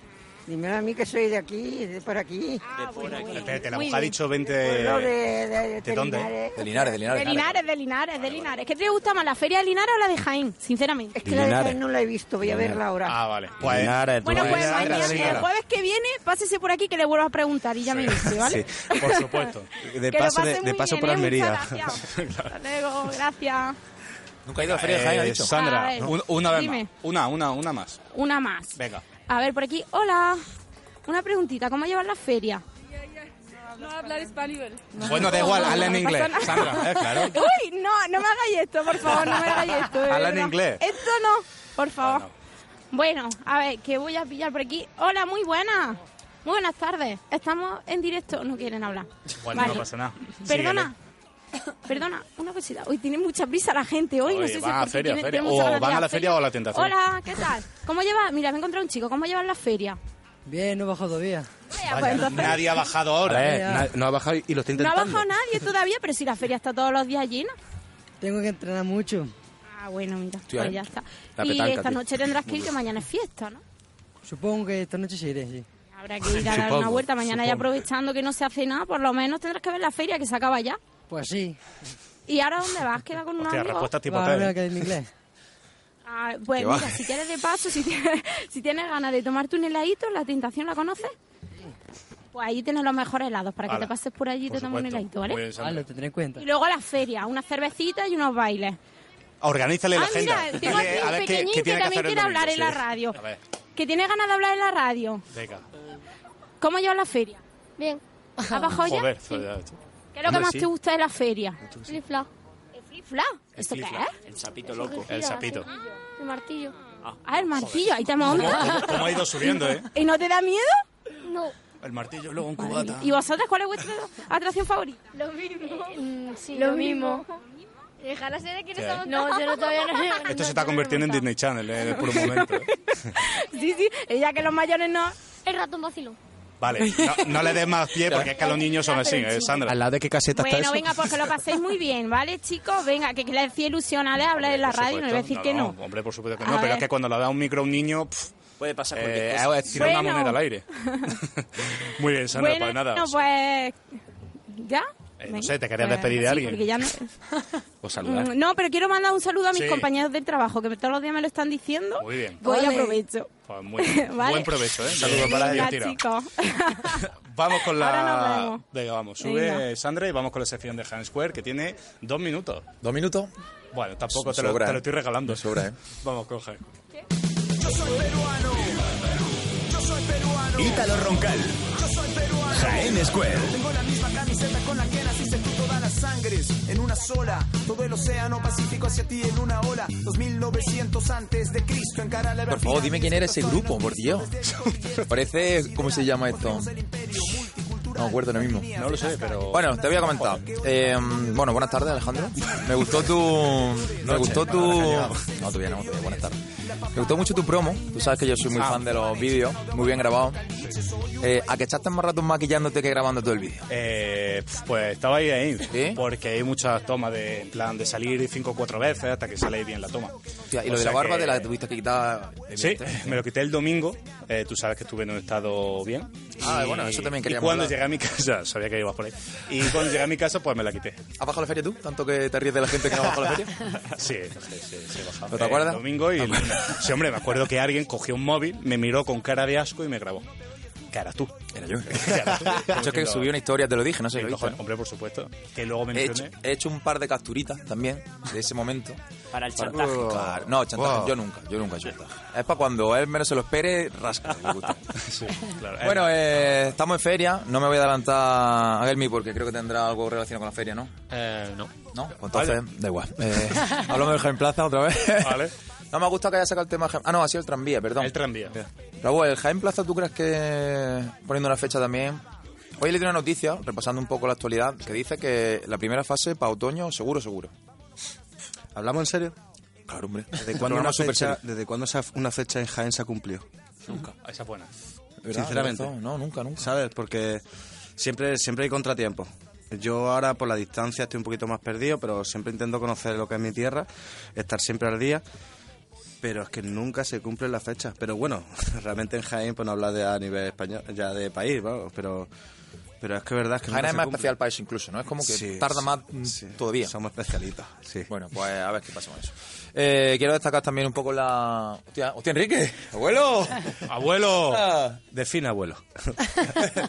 [SPEAKER 18] Dímelo a mí que soy de aquí, de por aquí.
[SPEAKER 11] Ah.
[SPEAKER 3] Espérate, la
[SPEAKER 11] Muy
[SPEAKER 3] mujer ha
[SPEAKER 11] bien.
[SPEAKER 3] dicho 20...
[SPEAKER 18] Pueblo de-
[SPEAKER 3] ¿De,
[SPEAKER 18] de- de
[SPEAKER 3] dónde?
[SPEAKER 18] Linares.
[SPEAKER 10] De Linares, de Linares.
[SPEAKER 11] De Linares, de Linares, de Linares. ¿Qué te gusta más, la feria de Linares o la de Jaén? Sinceramente. Es
[SPEAKER 18] que la de Linares. Jaén no la he visto, voy a verla ahora.
[SPEAKER 3] Ah, vale. Pues,
[SPEAKER 11] Bueno, pues mañana, el jueves que viene, pásese por aquí que le vuelvo a preguntar y ya me dice, ¿vale?
[SPEAKER 2] Sí, por supuesto. De
[SPEAKER 11] Que lo
[SPEAKER 2] paso, de,
[SPEAKER 11] pasen
[SPEAKER 2] de
[SPEAKER 11] muy
[SPEAKER 2] paso
[SPEAKER 11] bien,
[SPEAKER 2] por
[SPEAKER 11] ¿eh?
[SPEAKER 2] Almería.
[SPEAKER 11] Muchas Hasta luego, gracias.
[SPEAKER 10] Nunca he ido a la feria de Jaén, ha
[SPEAKER 3] Eh,
[SPEAKER 10] dicho.
[SPEAKER 11] A
[SPEAKER 3] Sandra,
[SPEAKER 11] ver,
[SPEAKER 3] un- una vez
[SPEAKER 11] dime.
[SPEAKER 3] más. Una, una, una más.
[SPEAKER 11] Una más.
[SPEAKER 3] Venga.
[SPEAKER 11] A ver, por aquí, hola. Una preguntita, ¿cómo llevan la feria?
[SPEAKER 14] No hablar español.
[SPEAKER 3] Bueno, da igual, habla en inglés, Sandra, eh, claro.
[SPEAKER 11] Uy, no, no me hagáis esto, por favor, no me hagáis esto. de
[SPEAKER 3] Habla en
[SPEAKER 11] verdad.
[SPEAKER 3] inglés.
[SPEAKER 11] Esto no, por favor. Bueno, a ver, que voy a pillar por aquí. Hola, muy buenas. Muy buenas tardes. Estamos en directo, no quieren hablar.
[SPEAKER 3] Bueno,
[SPEAKER 11] Vale.
[SPEAKER 3] no pasa nada.
[SPEAKER 11] Perdona. Perdona, una cosita. Hoy tiene mucha prisa la gente. Hoy no
[SPEAKER 3] Oye,
[SPEAKER 11] sé si
[SPEAKER 3] van a
[SPEAKER 11] es
[SPEAKER 3] la
[SPEAKER 11] porque
[SPEAKER 3] feria,
[SPEAKER 11] tiene-
[SPEAKER 3] feria.
[SPEAKER 11] tiene muchas
[SPEAKER 3] O
[SPEAKER 11] ganas de
[SPEAKER 3] van a la feria o a la tentación.
[SPEAKER 11] Hola, ¿qué tal? ¿Cómo lleva? Mira, me encontré un chico. ¿Cómo lleva la feria?
[SPEAKER 16] Bien, no he bajado todavía.
[SPEAKER 11] Vaya, pues entonces-
[SPEAKER 3] Nadie ha bajado
[SPEAKER 7] A ver,
[SPEAKER 3] ahora.
[SPEAKER 7] na- no ha bajado y
[SPEAKER 11] Ah, No
[SPEAKER 7] lo está
[SPEAKER 11] ha
[SPEAKER 7] intentando.
[SPEAKER 11] bajado nadie todavía, pero si la feria está todos los días llena.
[SPEAKER 16] Tengo que entrenar mucho.
[SPEAKER 11] Ah, bueno, mira,
[SPEAKER 16] Hostia,
[SPEAKER 11] pues
[SPEAKER 16] ¿eh?
[SPEAKER 11] ya está.
[SPEAKER 16] La
[SPEAKER 11] y
[SPEAKER 16] petanca,
[SPEAKER 11] esta
[SPEAKER 16] tío.
[SPEAKER 11] noche tendrás que ir, que mañana es fiesta, ¿no?
[SPEAKER 16] Supongo que esta noche se iré, sí.
[SPEAKER 11] Habrá que ir a dar una
[SPEAKER 16] Supongo,
[SPEAKER 11] vuelta mañana y
[SPEAKER 16] supongo.
[SPEAKER 11] aprovechando que no se hace nada, por lo menos tendrás que ver la feria que se acaba ya.
[SPEAKER 16] Pues sí.
[SPEAKER 11] ¿Y ahora dónde vas? ¿Queda con un
[SPEAKER 16] Hostia,
[SPEAKER 11] amigo?
[SPEAKER 16] respuesta tipo Va, tal, mira, ¿eh? que en inglés.
[SPEAKER 11] Ah, pues
[SPEAKER 16] Que
[SPEAKER 11] mira,
[SPEAKER 16] va.
[SPEAKER 11] si quieres de paso, si tienes, si tienes ganas de tomarte un heladito, ¿la tentación la conoces? Pues ahí tienes los mejores helados para que
[SPEAKER 16] Ala,
[SPEAKER 11] te pases por allí y te tomes un heladito, ¿vale?
[SPEAKER 16] Ah, lo tendré en cuenta.
[SPEAKER 11] Y luego la feria, una cervecita y unos bailes.
[SPEAKER 3] Organízale la
[SPEAKER 11] Ah, mira,
[SPEAKER 3] agenda.
[SPEAKER 11] tengo aquí
[SPEAKER 3] Dile,
[SPEAKER 11] un
[SPEAKER 3] a ver qué-
[SPEAKER 11] pequeñín
[SPEAKER 3] qué
[SPEAKER 11] que
[SPEAKER 3] tiene
[SPEAKER 11] también
[SPEAKER 3] hacer el
[SPEAKER 11] quiere
[SPEAKER 3] domingo,
[SPEAKER 11] hablar en la
[SPEAKER 3] sí.
[SPEAKER 11] radio.
[SPEAKER 3] A ver,
[SPEAKER 11] Que tiene ganas de hablar en la radio.
[SPEAKER 3] venga.
[SPEAKER 11] ¿Cómo llevas la feria?
[SPEAKER 14] Bien.
[SPEAKER 11] ¿Has bajado ya?
[SPEAKER 3] Joder, joder.
[SPEAKER 11] ¿Qué es lo que
[SPEAKER 3] Hombre,
[SPEAKER 11] más
[SPEAKER 3] sí.
[SPEAKER 11] te gusta de la feria?
[SPEAKER 14] Flip-flop.
[SPEAKER 11] ¿El flip-flap? ¿Esto qué
[SPEAKER 6] flip-flop.
[SPEAKER 11] es?
[SPEAKER 6] El sapito loco.
[SPEAKER 3] El sapito.
[SPEAKER 14] El martillo.
[SPEAKER 11] Ah, el martillo, ahí te hemos
[SPEAKER 3] ¿Cómo, cómo ha ido subiendo, eh?
[SPEAKER 11] ¿Y no te da miedo?
[SPEAKER 14] No.
[SPEAKER 3] El martillo, luego un cubata.
[SPEAKER 11] ¿Y vosotras cuál es vuestra atracción favorita?
[SPEAKER 14] Lo mismo.
[SPEAKER 11] lo mismo.
[SPEAKER 14] Déjala ser de que
[SPEAKER 3] ¿Qué? estamos-
[SPEAKER 14] No, yo no todavía no.
[SPEAKER 3] Esto se está convirtiendo en Disney Channel, eh, por un momento.
[SPEAKER 11] Sí, sí, ella que los mayores no.
[SPEAKER 14] El ratón vacilo.
[SPEAKER 3] Vale, no, no le des más pie porque es que los niños son así, eh, Sandra.
[SPEAKER 10] ¿Al lado de qué caseta
[SPEAKER 11] Bueno,
[SPEAKER 10] está eso?
[SPEAKER 11] venga, pues que lo paséis muy bien, ¿vale, chicos? Venga, que, que le decía ilusionada de hablar en la
[SPEAKER 3] Por
[SPEAKER 11] radio, no le voy a decir
[SPEAKER 3] supuesto.
[SPEAKER 11] que no.
[SPEAKER 3] Hombre, por supuesto que
[SPEAKER 11] A
[SPEAKER 3] no, pero
[SPEAKER 11] ver. pues,
[SPEAKER 3] es que cuando le da un micro a un niño. Puede pasar
[SPEAKER 6] cualquier cosa.
[SPEAKER 3] Es tirar una
[SPEAKER 11] Bueno.
[SPEAKER 3] moneda al aire. Muy bien, Sandra,
[SPEAKER 11] bueno,
[SPEAKER 3] pues nada.
[SPEAKER 11] no, pues... ¿Ya?
[SPEAKER 3] eh, no
[SPEAKER 11] Venga,
[SPEAKER 3] sé, te querías
[SPEAKER 11] pues,
[SPEAKER 3] despedir de
[SPEAKER 11] sí,
[SPEAKER 3] alguien.
[SPEAKER 11] porque ya no-
[SPEAKER 3] O saludar.
[SPEAKER 11] Mm, No, pero quiero mandar un saludo a mis
[SPEAKER 3] Sí.
[SPEAKER 11] compañeros de trabajo, que todos los días me lo están diciendo.
[SPEAKER 3] Muy bien.
[SPEAKER 11] Voy
[SPEAKER 3] Ole.
[SPEAKER 11] aprovecho.
[SPEAKER 3] Pues muy bien.
[SPEAKER 11] Vale.
[SPEAKER 3] Buen provecho, ¿eh?
[SPEAKER 11] Saludos
[SPEAKER 3] Saludos para
[SPEAKER 11] Venga,
[SPEAKER 3] ellos. Tira.
[SPEAKER 11] chicos.
[SPEAKER 3] Vamos con
[SPEAKER 11] Ahora nos
[SPEAKER 3] la.
[SPEAKER 11] vemos.
[SPEAKER 3] Venga, vamos, sube eh,
[SPEAKER 11] Venga.
[SPEAKER 3] Sandra y vamos con la sección de Hans Square que tiene dos minutos.
[SPEAKER 10] ¿Dos minutos?
[SPEAKER 3] Bueno, tampoco te,
[SPEAKER 10] Sobra,
[SPEAKER 3] lo, te lo
[SPEAKER 10] ¿eh?
[SPEAKER 3] estoy regalando.
[SPEAKER 10] Sobra, ¿eh?
[SPEAKER 3] Vamos, coge.
[SPEAKER 12] Yo soy peruano. Yo soy peruano.
[SPEAKER 2] Ítalo Roncal.
[SPEAKER 12] Yo soy peruano.
[SPEAKER 2] Jaén Square.
[SPEAKER 12] Tengo la misma camiseta con la que naciste tú todas las sangres en una sola. Todo el océano Pacífico hacia ti en una ola. 2900 antes de Cristo en cara a la
[SPEAKER 10] Por favor, dime quién era ese grupo, por Dios. Parece. ¿Cómo se llama esto? No me acuerdo ahora mismo.
[SPEAKER 3] No lo sé, pero.
[SPEAKER 10] Bueno, te voy a comentar. Eh, bueno, buenas tardes, Alejandro. Me gustó tu. Me
[SPEAKER 3] Noche.
[SPEAKER 10] gustó tu. No, todavía no, todavía buenas tardes. Me gustó mucho tu promo. Tú sabes que yo soy muy fan de los vídeos, muy bien grabados. Eh, ¿A que echaste más rato maquillándote que grabando todo el vídeo?
[SPEAKER 3] Eh, pues estaba ahí, ahí porque hay muchas tomas de en plan de salir cinco o cuatro veces hasta que sale bien la toma.
[SPEAKER 10] Hostia, y lo de la barba te la tuviste que quitar.
[SPEAKER 3] Sí, me lo quité el domingo. eh, tú sabes que estuve en un estado bien.
[SPEAKER 10] Ah,
[SPEAKER 3] Y-
[SPEAKER 10] bueno, eso también
[SPEAKER 3] Y
[SPEAKER 10] queríamos
[SPEAKER 3] cuando
[SPEAKER 10] hablar.
[SPEAKER 3] llegué a mi casa, sabía que ibas por ahí. Y cuando llegué a mi casa, pues me la quité.
[SPEAKER 10] ¿Has bajado la feria tú? Tanto que te ríes de la gente que no ha bajado la feria.
[SPEAKER 3] Sí, sí, sí, sí, he bajado.
[SPEAKER 10] ¿No te
[SPEAKER 3] Eh,
[SPEAKER 10] acuerdas? Ah,
[SPEAKER 3] El domingo y... Sí, hombre, me acuerdo que alguien cogió un móvil, me miró con cara de asco y me grabó. ¿Qué eras tú?
[SPEAKER 10] Era yo.
[SPEAKER 3] Yo
[SPEAKER 10] Yo es que subí una historia, te lo dije, no sé si lo viste. ¿no?
[SPEAKER 3] Hombre, por supuesto. Que luego me
[SPEAKER 10] He hecho,
[SPEAKER 3] mencioné.
[SPEAKER 10] he hecho un par de capturitas también de ese momento.
[SPEAKER 6] Para el
[SPEAKER 10] Para-
[SPEAKER 6] chantaje.
[SPEAKER 10] Claro, No, chantaje,
[SPEAKER 6] Wow.
[SPEAKER 10] yo nunca, yo nunca he hecho chantaje. Es para cuando él menos se lo espere, rasca. le gusta.
[SPEAKER 3] Claro,
[SPEAKER 10] bueno, eh, estamos en feria, no me voy a adelantar a Gelmi porque creo que tendrá algo relacionado con la feria, ¿no?
[SPEAKER 3] Eh, no.
[SPEAKER 10] No, pues entonces, da igual. Eh, hablamos de Jaén Plaza otra vez.
[SPEAKER 3] Vale.
[SPEAKER 10] No me gusta que haya sacado el tema Jaén- Ah, no, ha sido el tranvía, perdón.
[SPEAKER 3] El tranvía.
[SPEAKER 10] Raúl, ¿el Jaén Plaza tú crees que poniendo una fecha también? Hoy le di una noticia, repasando un poco la actualidad, que dice que la primera fase para otoño, seguro, seguro.
[SPEAKER 7] ¿Hablamos en serio?
[SPEAKER 10] Claro, hombre.
[SPEAKER 7] ¿Desde cuándo, una
[SPEAKER 10] Programa súper
[SPEAKER 7] fecha,
[SPEAKER 10] serio.
[SPEAKER 7] ¿Desde cuándo esa- una fecha en Jaén se ha cumplido?
[SPEAKER 3] Nunca. Esa es buena.
[SPEAKER 10] ¿Verdad?
[SPEAKER 7] Sinceramente.
[SPEAKER 10] Tienes razón. No, nunca, nunca.
[SPEAKER 7] ¿Sabes? Porque siempre, siempre hay contratiempos. Yo ahora por la distancia estoy un poquito más perdido, pero siempre intento conocer lo que es mi tierra, estar siempre al día. Pero es que nunca se cumplen las fechas. Pero bueno, realmente en Jaén, pues no habla de a nivel español, ya de país, vamos, pero, pero es que verdad es que
[SPEAKER 10] Jaén
[SPEAKER 7] nunca
[SPEAKER 10] es
[SPEAKER 7] se
[SPEAKER 10] más
[SPEAKER 7] cumple.
[SPEAKER 10] especial para eso incluso, ¿no? Es como que
[SPEAKER 7] Sí,
[SPEAKER 10] tarda
[SPEAKER 7] sí,
[SPEAKER 10] más mm,
[SPEAKER 7] sí.
[SPEAKER 10] todavía.
[SPEAKER 7] Somos especialitos, sí.
[SPEAKER 10] Bueno, pues a ver qué pasa con eso. Eh, quiero destacar también un poco la... Hostia, hostia, Enrique, abuelo.
[SPEAKER 3] Abuelo.
[SPEAKER 7] Define abuelo.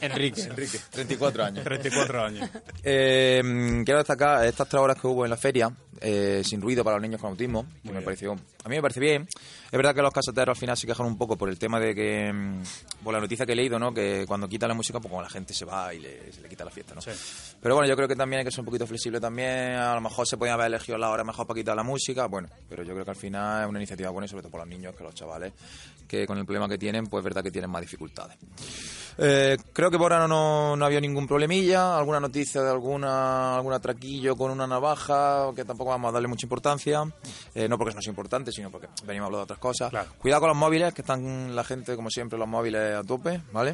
[SPEAKER 10] Enrique. Enrique. 34 años.
[SPEAKER 3] 34 años.
[SPEAKER 10] Eh, mm, quiero destacar estas tres horas que hubo en la feria, eh, sin ruido para los niños con autismo, que me pareció, a mí me parece bien. Es verdad que los caseteros al final se quejan un poco por el tema de que, mm, por la noticia que he leído, ¿no? que cuando quita la música, pues como la gente se va y le, se le quita la fiesta. ¿no? Pero bueno, yo creo que también hay que ser un poquito flexible también, a lo mejor se podían haber elegido la hora mejor para quitar la música, bueno, pero yo creo que al final es una iniciativa buena y sobre todo para los niños, que los chavales, que con el problema que tienen, pues es verdad que tienen más dificultades. Eh, creo que por ahora no, no había ningún problemilla, alguna noticia de alguna, algún atraquillo con una navaja, que tampoco vamos a darle mucha importancia, Eh, no porque no sea importante, sino porque venimos a hablar de otras cosas. Cuidado con los móviles, que están la gente, como siempre, los móviles a tope, ¿vale?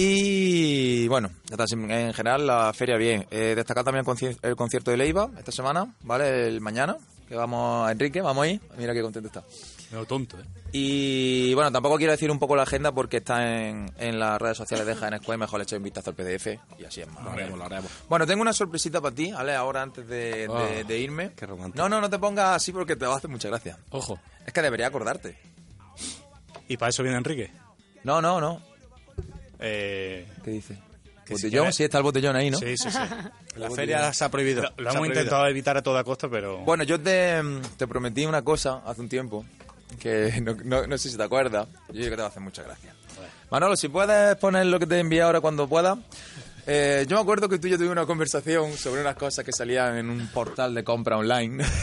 [SPEAKER 10] Y bueno, ya está, sin- en general la feria bien. Eh, destacar también el, conci- el concierto de Leiva esta semana, ¿vale? El mañana, que vamos a Enrique, vamos ahí, mira qué contento está.
[SPEAKER 3] No, tonto, ¿eh?
[SPEAKER 10] Y bueno, tampoco quiero decir un poco la agenda porque está en, en las redes sociales de Jaén Square. Mejor le echéis un vistazo al PDF y así es más.
[SPEAKER 3] haremos, lo haremos.
[SPEAKER 10] Bueno, tengo una sorpresita para ti, Ale, ahora antes de, de-
[SPEAKER 3] Ah,
[SPEAKER 10] de irme.
[SPEAKER 7] Qué romántico.
[SPEAKER 10] No, no, no te pongas así porque te va a hacer mucha gracia.
[SPEAKER 3] Ojo.
[SPEAKER 10] Es que debería acordarte.
[SPEAKER 3] ¿Y para eso viene Enrique? Eh,
[SPEAKER 10] No, no, no. ¿Qué dice? Botellón, sí, está el botellón ahí, ¿no?
[SPEAKER 3] Sí, sí, sí.
[SPEAKER 10] La feria se ha prohibido.
[SPEAKER 3] Lo, lo
[SPEAKER 10] Se ha
[SPEAKER 3] hemos
[SPEAKER 10] prohibido.
[SPEAKER 3] intentado evitar a toda costa, pero.
[SPEAKER 10] Bueno, yo te, te prometí una cosa hace un tiempo que no, no- no sé si te acuerdas. Yo creo que te va a hacer mucha gracia. Manolo, si puedes poner lo que te envié ahora cuando pueda. Eh, yo me acuerdo que tú y yo tuvimos una conversación sobre unas cosas que salían en un portal de compra online.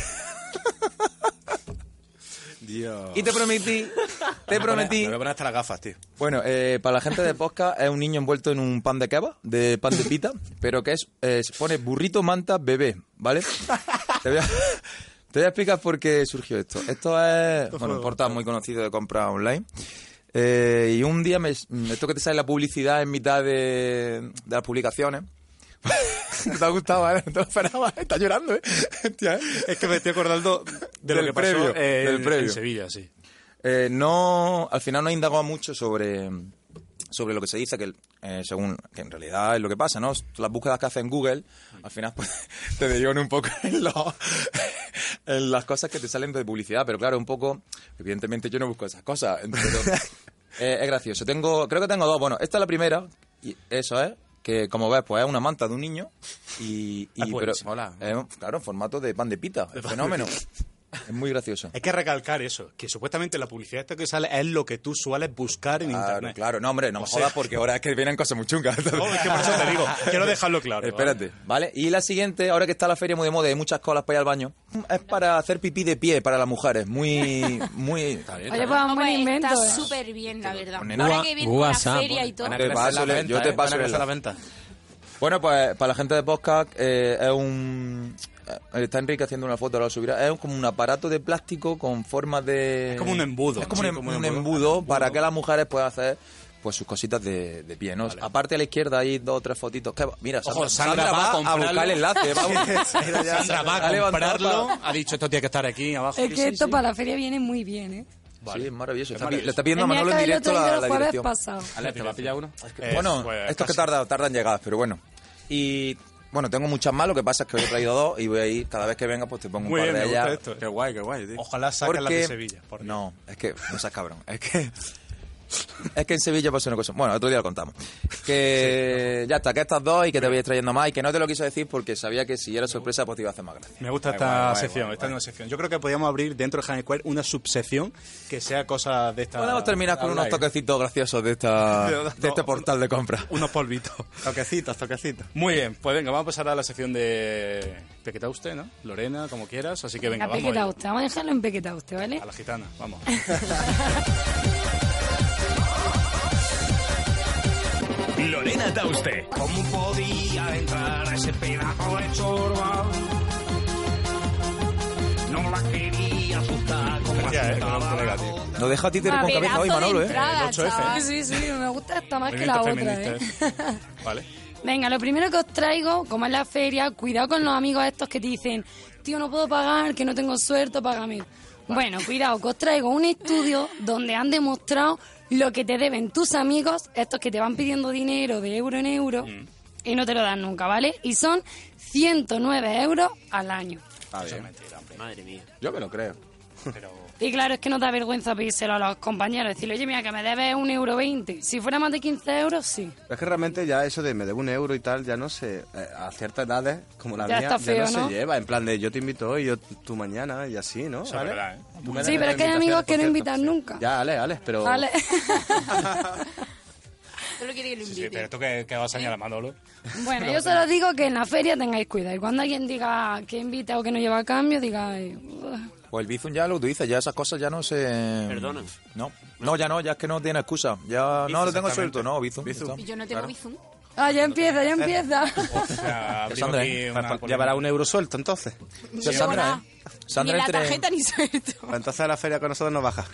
[SPEAKER 7] Dios.
[SPEAKER 10] y te prometí, te prometí.
[SPEAKER 7] Me voy a poner hasta las gafas, tío.
[SPEAKER 10] Bueno, eh, para la gente de podcast es un niño envuelto en un pan de cava, de pan de pita, pero que es, eh, se pone burrito, manta, bebé, ¿vale? Te voy a, te voy a explicar por qué surgió esto. Esto es, bueno, un portal muy conocido de compra online. Eh, y un día, me, esto que te sale la publicidad en mitad de, de las publicaciones. te ha gustado, ¿eh? No te lo esperaba, Estás llorando, ¿eh? Hostia, ¿eh?
[SPEAKER 3] Es que me estoy acordando de lo
[SPEAKER 10] Del
[SPEAKER 3] que pasó
[SPEAKER 10] previo,
[SPEAKER 3] en-
[SPEAKER 10] del previo.
[SPEAKER 3] en Sevilla, sí.
[SPEAKER 10] Eh, no, al final no he indagado mucho sobre, sobre lo que se dice, que eh, según que en realidad es lo que pasa, ¿no? Las búsquedas que hace en Google, al final pues, te derivan un poco en, lo- en las cosas que te salen de publicidad, pero claro, un poco, evidentemente yo no busco esas cosas, pero eh, es gracioso. Tengo, creo que tengo dos, bueno, esta es la primera, y eso es, que como ves, pues es una manta de un niño, y, y-
[SPEAKER 7] Ah, pues,
[SPEAKER 10] pero,
[SPEAKER 7] hola.
[SPEAKER 10] eh, claro, en formato de pan de pita,
[SPEAKER 3] pan de
[SPEAKER 10] fenómeno.
[SPEAKER 3] pita.
[SPEAKER 10] Es muy gracioso.
[SPEAKER 3] Hay que recalcar eso, que supuestamente la publicidad esta que sale es lo que tú sueles buscar en
[SPEAKER 10] Claro,
[SPEAKER 3] internet.
[SPEAKER 10] claro. No, hombre, no me
[SPEAKER 3] O sea-
[SPEAKER 10] jodas porque ahora es que vienen cosas muy chungas.
[SPEAKER 3] es que por eso te digo, quiero dejarlo claro.
[SPEAKER 10] Espérate, ¿vale? Y la siguiente, ahora que está la feria muy de moda y hay muchas colas para ir al baño, es para hacer pipí de pie para las mujeres. Muy, muy...
[SPEAKER 11] Oye, pues un buen invento.
[SPEAKER 19] está
[SPEAKER 11] ¿eh?
[SPEAKER 19] súper bien, la verdad.
[SPEAKER 10] Ponen
[SPEAKER 19] Ahora
[SPEAKER 10] ua-
[SPEAKER 19] que viene con la
[SPEAKER 10] WhatsApp,
[SPEAKER 19] feria y todo.
[SPEAKER 10] Te paso, el- yo te paso el enlace.
[SPEAKER 7] venta. eh,
[SPEAKER 10] Bueno, pues para la gente de podcast eh, es un... eh, Está Enrique haciendo una foto, ahora lo subirá. Es un- como un aparato de plástico con forma de... Es
[SPEAKER 3] como un embudo.
[SPEAKER 10] Es como, un,
[SPEAKER 3] Sí,
[SPEAKER 10] em-
[SPEAKER 3] como un
[SPEAKER 10] un
[SPEAKER 3] embudo.
[SPEAKER 10] embudo, para que las mujeres puedan hacer pues sus cositas de, de pie, ¿no? Aparte a la izquierda hay dos o tres fotitos. Que, mira, Sandra,
[SPEAKER 3] Ojo, Sandra, va, a
[SPEAKER 10] a, buscar el enlace. va a buscar-
[SPEAKER 3] Sandra va
[SPEAKER 10] Ha
[SPEAKER 3] a
[SPEAKER 10] levantado
[SPEAKER 3] comprarlo.
[SPEAKER 10] para-
[SPEAKER 3] Ha dicho, esto tiene que estar aquí abajo.
[SPEAKER 19] Es que esto para la feria viene muy bien, ¿eh?
[SPEAKER 10] Sí, es maravilloso.
[SPEAKER 3] Es
[SPEAKER 10] Está pi-
[SPEAKER 3] maravilloso.
[SPEAKER 10] Le está pidiendo a
[SPEAKER 19] Tenía
[SPEAKER 10] Manolo
[SPEAKER 19] que
[SPEAKER 10] en
[SPEAKER 19] haberlo
[SPEAKER 10] directo la,
[SPEAKER 19] traído
[SPEAKER 10] la
[SPEAKER 19] el jueves
[SPEAKER 10] dirección.
[SPEAKER 19] pasado.
[SPEAKER 7] Ale, ¿te va a pillar uno?
[SPEAKER 3] Eh,
[SPEAKER 10] bueno,
[SPEAKER 3] pues,
[SPEAKER 10] esto es que
[SPEAKER 3] casi.
[SPEAKER 10] tarda, tardan llegadas, pero bueno. Y bueno, tengo muchas más, lo que pasa es que hoy he traído dos y voy a ir, cada vez que venga, pues te pongo un
[SPEAKER 3] Muy
[SPEAKER 10] par
[SPEAKER 3] bien,
[SPEAKER 10] de
[SPEAKER 3] me gusta
[SPEAKER 10] ellas.
[SPEAKER 3] esto. eh.
[SPEAKER 7] Qué guay, qué guay, tío.
[SPEAKER 3] Ojalá saquen la de
[SPEAKER 10] Porque-
[SPEAKER 3] Sevilla. por Dios.
[SPEAKER 10] No, es que no seas cabrón. Es que, es que en Sevilla pasó una cosa. Bueno, otro día lo contamos. Que ya está, que estas dos y que te voy trayendo más y que no te lo quise decir porque sabía que si era sorpresa, pues te iba a hacer más gracia.
[SPEAKER 3] Me gusta
[SPEAKER 10] Guay,
[SPEAKER 3] esta
[SPEAKER 10] guay, guay,
[SPEAKER 3] sección,
[SPEAKER 10] guay,
[SPEAKER 3] esta nueva sección. Yo creo que podríamos abrir dentro de Hangar Square una subsección que sea cosa de esta...
[SPEAKER 10] Podemos terminar con unos toquecitos graciosos de, esta,
[SPEAKER 3] De-
[SPEAKER 10] de este portal de compra.
[SPEAKER 3] Unos polvitos.
[SPEAKER 7] Toquecitos, toquecitos.
[SPEAKER 3] Muy bien, pues venga, vamos a pasar a la sección de Pequeta Usted, ¿no? Lorena, como quieras, así que venga,
[SPEAKER 19] Venga,
[SPEAKER 3] vamos.
[SPEAKER 19] pequeta
[SPEAKER 3] allá.
[SPEAKER 19] usted. Vamos a dejarlo en pequeta usted, ¿vale?
[SPEAKER 3] A la gitana, vamos.
[SPEAKER 2] Lorena Tauste.
[SPEAKER 8] ¿Cómo podía entrar ese pedazo de chorba? No la quería
[SPEAKER 7] eh,
[SPEAKER 8] asustar como asustaba la otra.
[SPEAKER 10] No deja títer
[SPEAKER 19] Una
[SPEAKER 10] con cabeza
[SPEAKER 19] pedazo
[SPEAKER 10] hoy,
[SPEAKER 19] de
[SPEAKER 10] Manolo, ¿eh?
[SPEAKER 19] entrada,
[SPEAKER 10] El 8F.
[SPEAKER 19] chaval. Sí, sí, me gusta esta más que la
[SPEAKER 10] Movimiento
[SPEAKER 19] otra, ¿eh?
[SPEAKER 3] Vale.
[SPEAKER 19] Venga, lo primero que os traigo, como es la feria, cuidado con los amigos estos que te dicen, tío, no puedo pagar, que no tengo suerte, págame. Bueno, cuidado, que os traigo un estudio donde han demostrado lo que te deben tus amigos, estos que te van pidiendo dinero de euro en euro,
[SPEAKER 3] Mm.
[SPEAKER 19] y no te lo dan nunca, ¿vale? Y son 109 euros al año.
[SPEAKER 6] Eso es mentira, hombre. Madre mía.
[SPEAKER 10] Yo me lo creo.
[SPEAKER 19] Y claro, es que no da vergüenza pedírselo a los compañeros, decirle, oye, mira, que me debes un euro veinte. Si fuera más de 15 euros, sí.
[SPEAKER 7] Es que realmente ya eso de me debo un euro y tal, ya no sé, eh, a ciertas edades, como la
[SPEAKER 19] Ya
[SPEAKER 7] mía,
[SPEAKER 19] está feo,
[SPEAKER 7] ya no,
[SPEAKER 19] ¿no?
[SPEAKER 7] se lleva. En plan de yo te invito hoy, yo t- tú mañana y así, ¿no?
[SPEAKER 3] Eso es
[SPEAKER 7] Ale?
[SPEAKER 3] verdad, ¿eh?
[SPEAKER 7] Tú me
[SPEAKER 19] Sí, pero es
[SPEAKER 7] das
[SPEAKER 19] que hay
[SPEAKER 7] invitaciones,
[SPEAKER 19] amigos que no
[SPEAKER 7] por cierto.
[SPEAKER 19] invitan nunca.
[SPEAKER 7] Ya, Ale, Ale, pero...
[SPEAKER 19] Vale. Solo quiere que lo
[SPEAKER 3] Sí, sí, pero tú que, que vas a señalar Manolo.
[SPEAKER 19] Bueno, yo solo digo que en la feria tengáis cuidado. Y cuando alguien diga que invita o que no lleva cambio, diga... eh, "Ugh".
[SPEAKER 10] Pues el Bizum ya lo utiliza, ya esas cosas ya no se...
[SPEAKER 6] Perdona.
[SPEAKER 10] No, no, ya no, ya es que no tiene excusa. Ya
[SPEAKER 3] Bizum,
[SPEAKER 10] no lo tengo
[SPEAKER 3] exactamente.
[SPEAKER 10] suelto, no, Bizum. ya
[SPEAKER 19] Y
[SPEAKER 10] está.
[SPEAKER 19] yo no tengo
[SPEAKER 10] Claro.
[SPEAKER 19] Bizum. Ah, ya empieza, ya empieza.
[SPEAKER 3] sea, abrimos
[SPEAKER 10] Sandra,
[SPEAKER 3] aquí
[SPEAKER 10] ¿eh?
[SPEAKER 3] una
[SPEAKER 7] Pues,
[SPEAKER 3] polémica.
[SPEAKER 7] ¿Llevará un euro suelto entonces?
[SPEAKER 10] Ya, Sandra, ¿eh? Sandra,
[SPEAKER 19] ni la
[SPEAKER 10] entre-
[SPEAKER 19] tarjeta ni suelto.
[SPEAKER 7] Pues entonces a la feria con nosotros no baja.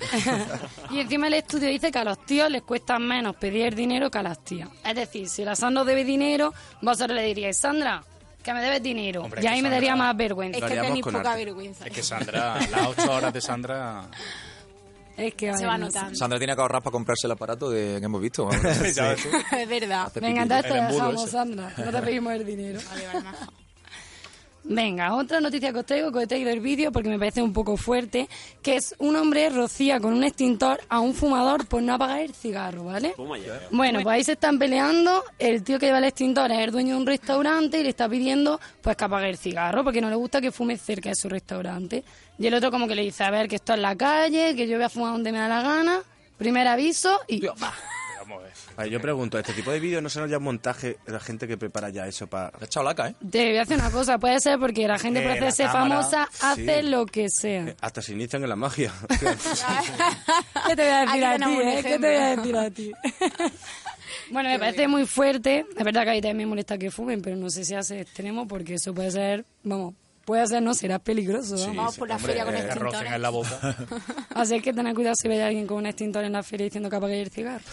[SPEAKER 19] Y encima el estudio dice que a los tíos les cuesta menos pedir dinero que a las tías. Es decir, si la Sandra os debe dinero, vosotros le diríais, Sandra, que me debes dinero.
[SPEAKER 3] Hombre,
[SPEAKER 19] y
[SPEAKER 3] es que
[SPEAKER 19] ahí me
[SPEAKER 3] Sandra-
[SPEAKER 19] daría más vergüenza.
[SPEAKER 3] Es que Lo haríamos tenéis con poca arte.
[SPEAKER 19] vergüenza.
[SPEAKER 3] Es que Sandra, las ocho horas de Sandra...
[SPEAKER 19] Es que
[SPEAKER 15] Se
[SPEAKER 19] ay,
[SPEAKER 15] va
[SPEAKER 19] no sé.
[SPEAKER 10] Sandra tiene que ahorrar para comprarse el aparato de que hemos visto. Este
[SPEAKER 3] Ya ves
[SPEAKER 10] Sí.
[SPEAKER 3] tú.
[SPEAKER 19] es verdad.
[SPEAKER 10] Hace
[SPEAKER 19] Venga,
[SPEAKER 10] pipí.
[SPEAKER 19] entonces te
[SPEAKER 10] El embudo
[SPEAKER 19] dejamos,
[SPEAKER 10] ese.
[SPEAKER 19] Sandra. No te pedimos el dinero. Venga, otra noticia que os traigo, que os he traído el vídeo porque me parece un poco fuerte, que es un hombre rocía con un extintor a un fumador por no apagar el cigarro, ¿vale?
[SPEAKER 6] Toma ya.
[SPEAKER 19] Bueno, pues ahí se están peleando. El tío que lleva el extintor es el dueño de un restaurante y le está pidiendo pues que apague el cigarro porque no le gusta que fume cerca de su restaurante. Y el otro como que le dice, a ver, que esto es la calle, que yo voy a fumar donde me da la gana. Primer aviso y... va.
[SPEAKER 7] A ver, yo pregunto, ¿este tipo de vídeos no son ya un montaje de la gente que prepara ya eso para...?
[SPEAKER 10] La cholaca, ¿eh?
[SPEAKER 19] Te voy a hacer una cosa, puede ser porque la gente
[SPEAKER 7] Eh,
[SPEAKER 19] por
[SPEAKER 7] la
[SPEAKER 19] hacerse
[SPEAKER 7] cámara,
[SPEAKER 19] famosa hace
[SPEAKER 7] sí.
[SPEAKER 19] lo que sea.
[SPEAKER 7] Hasta se inician en la magia.
[SPEAKER 19] ¿Qué te voy a
[SPEAKER 15] Aquí
[SPEAKER 19] decir a ti,
[SPEAKER 15] tenemos un
[SPEAKER 19] eh? ¿Qué te voy a decir a ti? bueno, me parece muy fuerte. Es verdad que a mí también me molesta que fumen, pero no sé si hace tenemos porque eso puede ser, vamos, puede ser, no, será peligroso.
[SPEAKER 3] Sí,
[SPEAKER 19] vamos.
[SPEAKER 3] sí, hombre,
[SPEAKER 11] pues,
[SPEAKER 3] eh,
[SPEAKER 11] este
[SPEAKER 3] que rocen en la boca.
[SPEAKER 19] Así es que tened cuidado si veis a alguien con un extintor en la feria diciendo que apague el cigarro.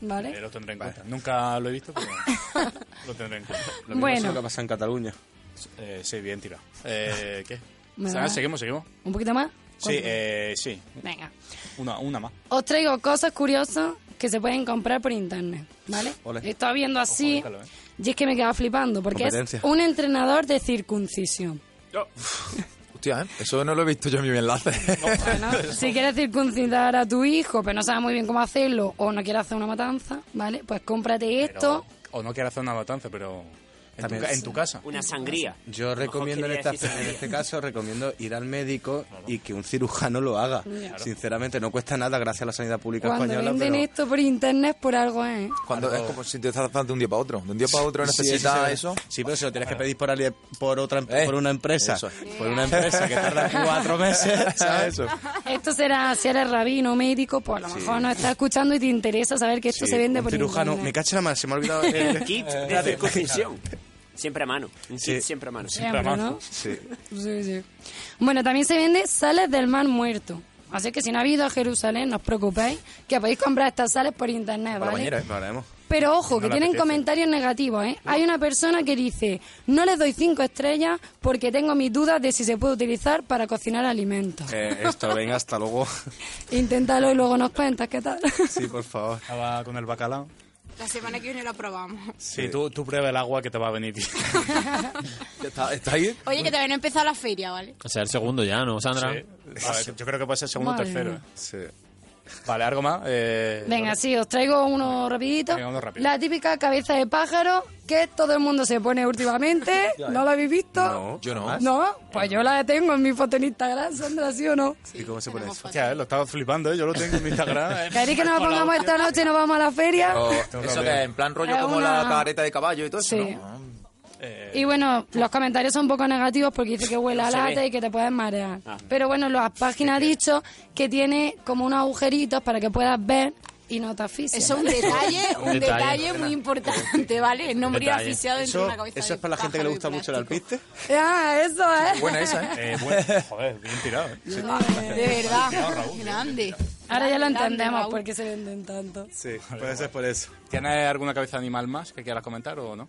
[SPEAKER 19] ¿Vale?
[SPEAKER 3] Eh, lo tendré en cuenta. Nunca lo he visto, pero lo tendré en cuenta.
[SPEAKER 7] Lo mismo
[SPEAKER 19] Bueno.
[SPEAKER 7] es lo que pasa en Cataluña.
[SPEAKER 3] Eh, sí, bien tirado. Eh, ¿Qué?
[SPEAKER 19] Me
[SPEAKER 3] Ah,
[SPEAKER 19] da-
[SPEAKER 3] Seguimos, seguimos.
[SPEAKER 19] ¿Un poquito más?
[SPEAKER 3] Sí, eh, sí.
[SPEAKER 19] Venga.
[SPEAKER 3] Una, una más.
[SPEAKER 19] Os traigo cosas curiosas que se pueden comprar por internet, ¿vale?
[SPEAKER 3] Ole.
[SPEAKER 19] Lo Estaba viendo así y es que me quedaba flipando porque es
[SPEAKER 10] Competencia.
[SPEAKER 19] un entrenador de circuncisión.
[SPEAKER 10] Hostia, ¿eh? eso no lo he visto yo en mi enlace.
[SPEAKER 19] si quieres circuncidar a tu hijo pero no sabes muy bien cómo hacerlo o no quieres hacer una matanza, ¿vale? Pues cómprate esto.
[SPEAKER 3] O no quiero hacer una matanza, pero en, tu,
[SPEAKER 7] También
[SPEAKER 3] ca-
[SPEAKER 7] es-
[SPEAKER 3] en tu casa.
[SPEAKER 6] Una sangría.
[SPEAKER 7] Yo recomiendo en,
[SPEAKER 6] quería
[SPEAKER 7] esta-
[SPEAKER 6] decir
[SPEAKER 7] en
[SPEAKER 6] sangría.
[SPEAKER 7] este caso recomiendo ir al médico y que un cirujano lo haga.
[SPEAKER 19] Claro.
[SPEAKER 7] Sinceramente, no cuesta nada gracias a la sanidad pública
[SPEAKER 19] Cuando
[SPEAKER 7] española.
[SPEAKER 19] venden
[SPEAKER 7] pero-
[SPEAKER 19] esto por internet por algo, ¿eh?
[SPEAKER 10] Cuando es como si te estás lanzando de un día para otro. De un día para otro
[SPEAKER 7] Sí,
[SPEAKER 10] necesitas
[SPEAKER 7] sí, sí.
[SPEAKER 10] eso. Eh.
[SPEAKER 7] Sí, pero si lo tienes que pedir por, Ali- por, otra, em- por una empresa.
[SPEAKER 10] eso.
[SPEAKER 7] Por una empresa que tarda cuatro meses, ¿sabes?
[SPEAKER 19] Esto será, si eres rabino, médico, pues a lo
[SPEAKER 7] Sí.
[SPEAKER 19] mejor no estás escuchando y te interesa saber que esto
[SPEAKER 7] Sí,
[SPEAKER 19] se vende
[SPEAKER 7] un
[SPEAKER 19] por
[SPEAKER 7] cirujano. Me
[SPEAKER 19] internet.
[SPEAKER 7] cacho la madre, se me ha olvidado.
[SPEAKER 6] El kit de
[SPEAKER 7] espérate.
[SPEAKER 6] circuncisión. Siempre a mano. Un kit
[SPEAKER 7] Sí.
[SPEAKER 6] siempre a mano.
[SPEAKER 19] Siempre, ¿no?
[SPEAKER 7] Sí.
[SPEAKER 19] Sí, sí. Bueno, también se vende sales del mar muerto. Así que si no habéis ido a Jerusalén, no os preocupéis, que podéis comprar estas sales por internet,
[SPEAKER 7] Para
[SPEAKER 19] ¿vale?
[SPEAKER 7] mañana, ¿eh? Lo haremos.
[SPEAKER 19] Pero ojo,
[SPEAKER 7] No
[SPEAKER 19] que
[SPEAKER 7] le
[SPEAKER 19] tienen
[SPEAKER 7] apetece.
[SPEAKER 19] comentarios negativos, ¿eh? Hay una persona que dice, no les doy cinco estrellas porque tengo mis dudas de si se puede utilizar para cocinar alimentos.
[SPEAKER 7] Eh, esto, venga, hasta luego.
[SPEAKER 19] Inténtalo y luego nos cuentas qué tal.
[SPEAKER 7] Sí, por favor.
[SPEAKER 3] Estaba con el bacalao.
[SPEAKER 11] La semana que viene lo probamos.
[SPEAKER 3] Sí, Tú, tú prueba el agua que te va a venir.
[SPEAKER 10] ¿Está, ahí?
[SPEAKER 11] Oye, que todavía no ha empezado la feria, ¿vale?
[SPEAKER 20] O sea, el segundo ya, ¿no, Sandra?
[SPEAKER 3] yo creo que puede ser segundo o
[SPEAKER 19] Madre
[SPEAKER 3] tercero.
[SPEAKER 19] mía.
[SPEAKER 3] ¿eh? Vale, algo más. Eh,
[SPEAKER 19] Venga, sí, os traigo uno rapidito.
[SPEAKER 3] Venga, uno rápido.
[SPEAKER 19] La típica cabeza de pájaro que todo el mundo se pone últimamente. ¿No la habéis visto?
[SPEAKER 10] yo no.
[SPEAKER 19] No, pues yo la tengo en mi foto en Instagram, Sandra, ¿sí o no?
[SPEAKER 3] ¿Y cómo se pone eso? Hostia, eh, lo estaba flipando, ¿eh? yo lo tengo en mi Instagram. ¿eh?
[SPEAKER 19] ¿Queréis que nos
[SPEAKER 3] Con la
[SPEAKER 19] pongamos
[SPEAKER 3] hostia.
[SPEAKER 19] esta noche y nos vamos a la feria?
[SPEAKER 10] Pero eso que es en plan rollo
[SPEAKER 19] Es
[SPEAKER 10] como
[SPEAKER 19] una-
[SPEAKER 10] la careta de caballo y todo eso.
[SPEAKER 19] Sí.
[SPEAKER 10] ¿no?
[SPEAKER 19] Y bueno, los comentarios son un poco negativos porque dice que huele a
[SPEAKER 10] Se ve.
[SPEAKER 19] lata y que te puedes marear.
[SPEAKER 3] Ah.
[SPEAKER 19] Pero bueno, la página ha dicho que tiene como unos agujeritos para que puedas ver y no te asfixies.
[SPEAKER 15] Eso es un
[SPEAKER 19] ¿vale?
[SPEAKER 15] detalle,
[SPEAKER 7] un Un detalle. detalle
[SPEAKER 15] muy
[SPEAKER 11] importante, ¿vale? El nombre
[SPEAKER 7] Detalle.
[SPEAKER 11] asfixiado dentro de una cabeza.
[SPEAKER 7] Eso es para la gente que le gusta mucho el alpiste.
[SPEAKER 19] Ah, eso, ¿eh?
[SPEAKER 3] ¿eh? bueno, joder, bien tirado. ¿eh? Sí.
[SPEAKER 11] De
[SPEAKER 3] Cuidado,
[SPEAKER 11] verdad.
[SPEAKER 3] Raúl.
[SPEAKER 11] Grande.
[SPEAKER 19] Ahora ya lo
[SPEAKER 11] Grande,
[SPEAKER 19] entendemos
[SPEAKER 11] Raúl.
[SPEAKER 19] por qué se venden tanto.
[SPEAKER 7] Sí, puede ser por eso.
[SPEAKER 3] ¿Tienes alguna cabeza de animal más que quieras comentar o no?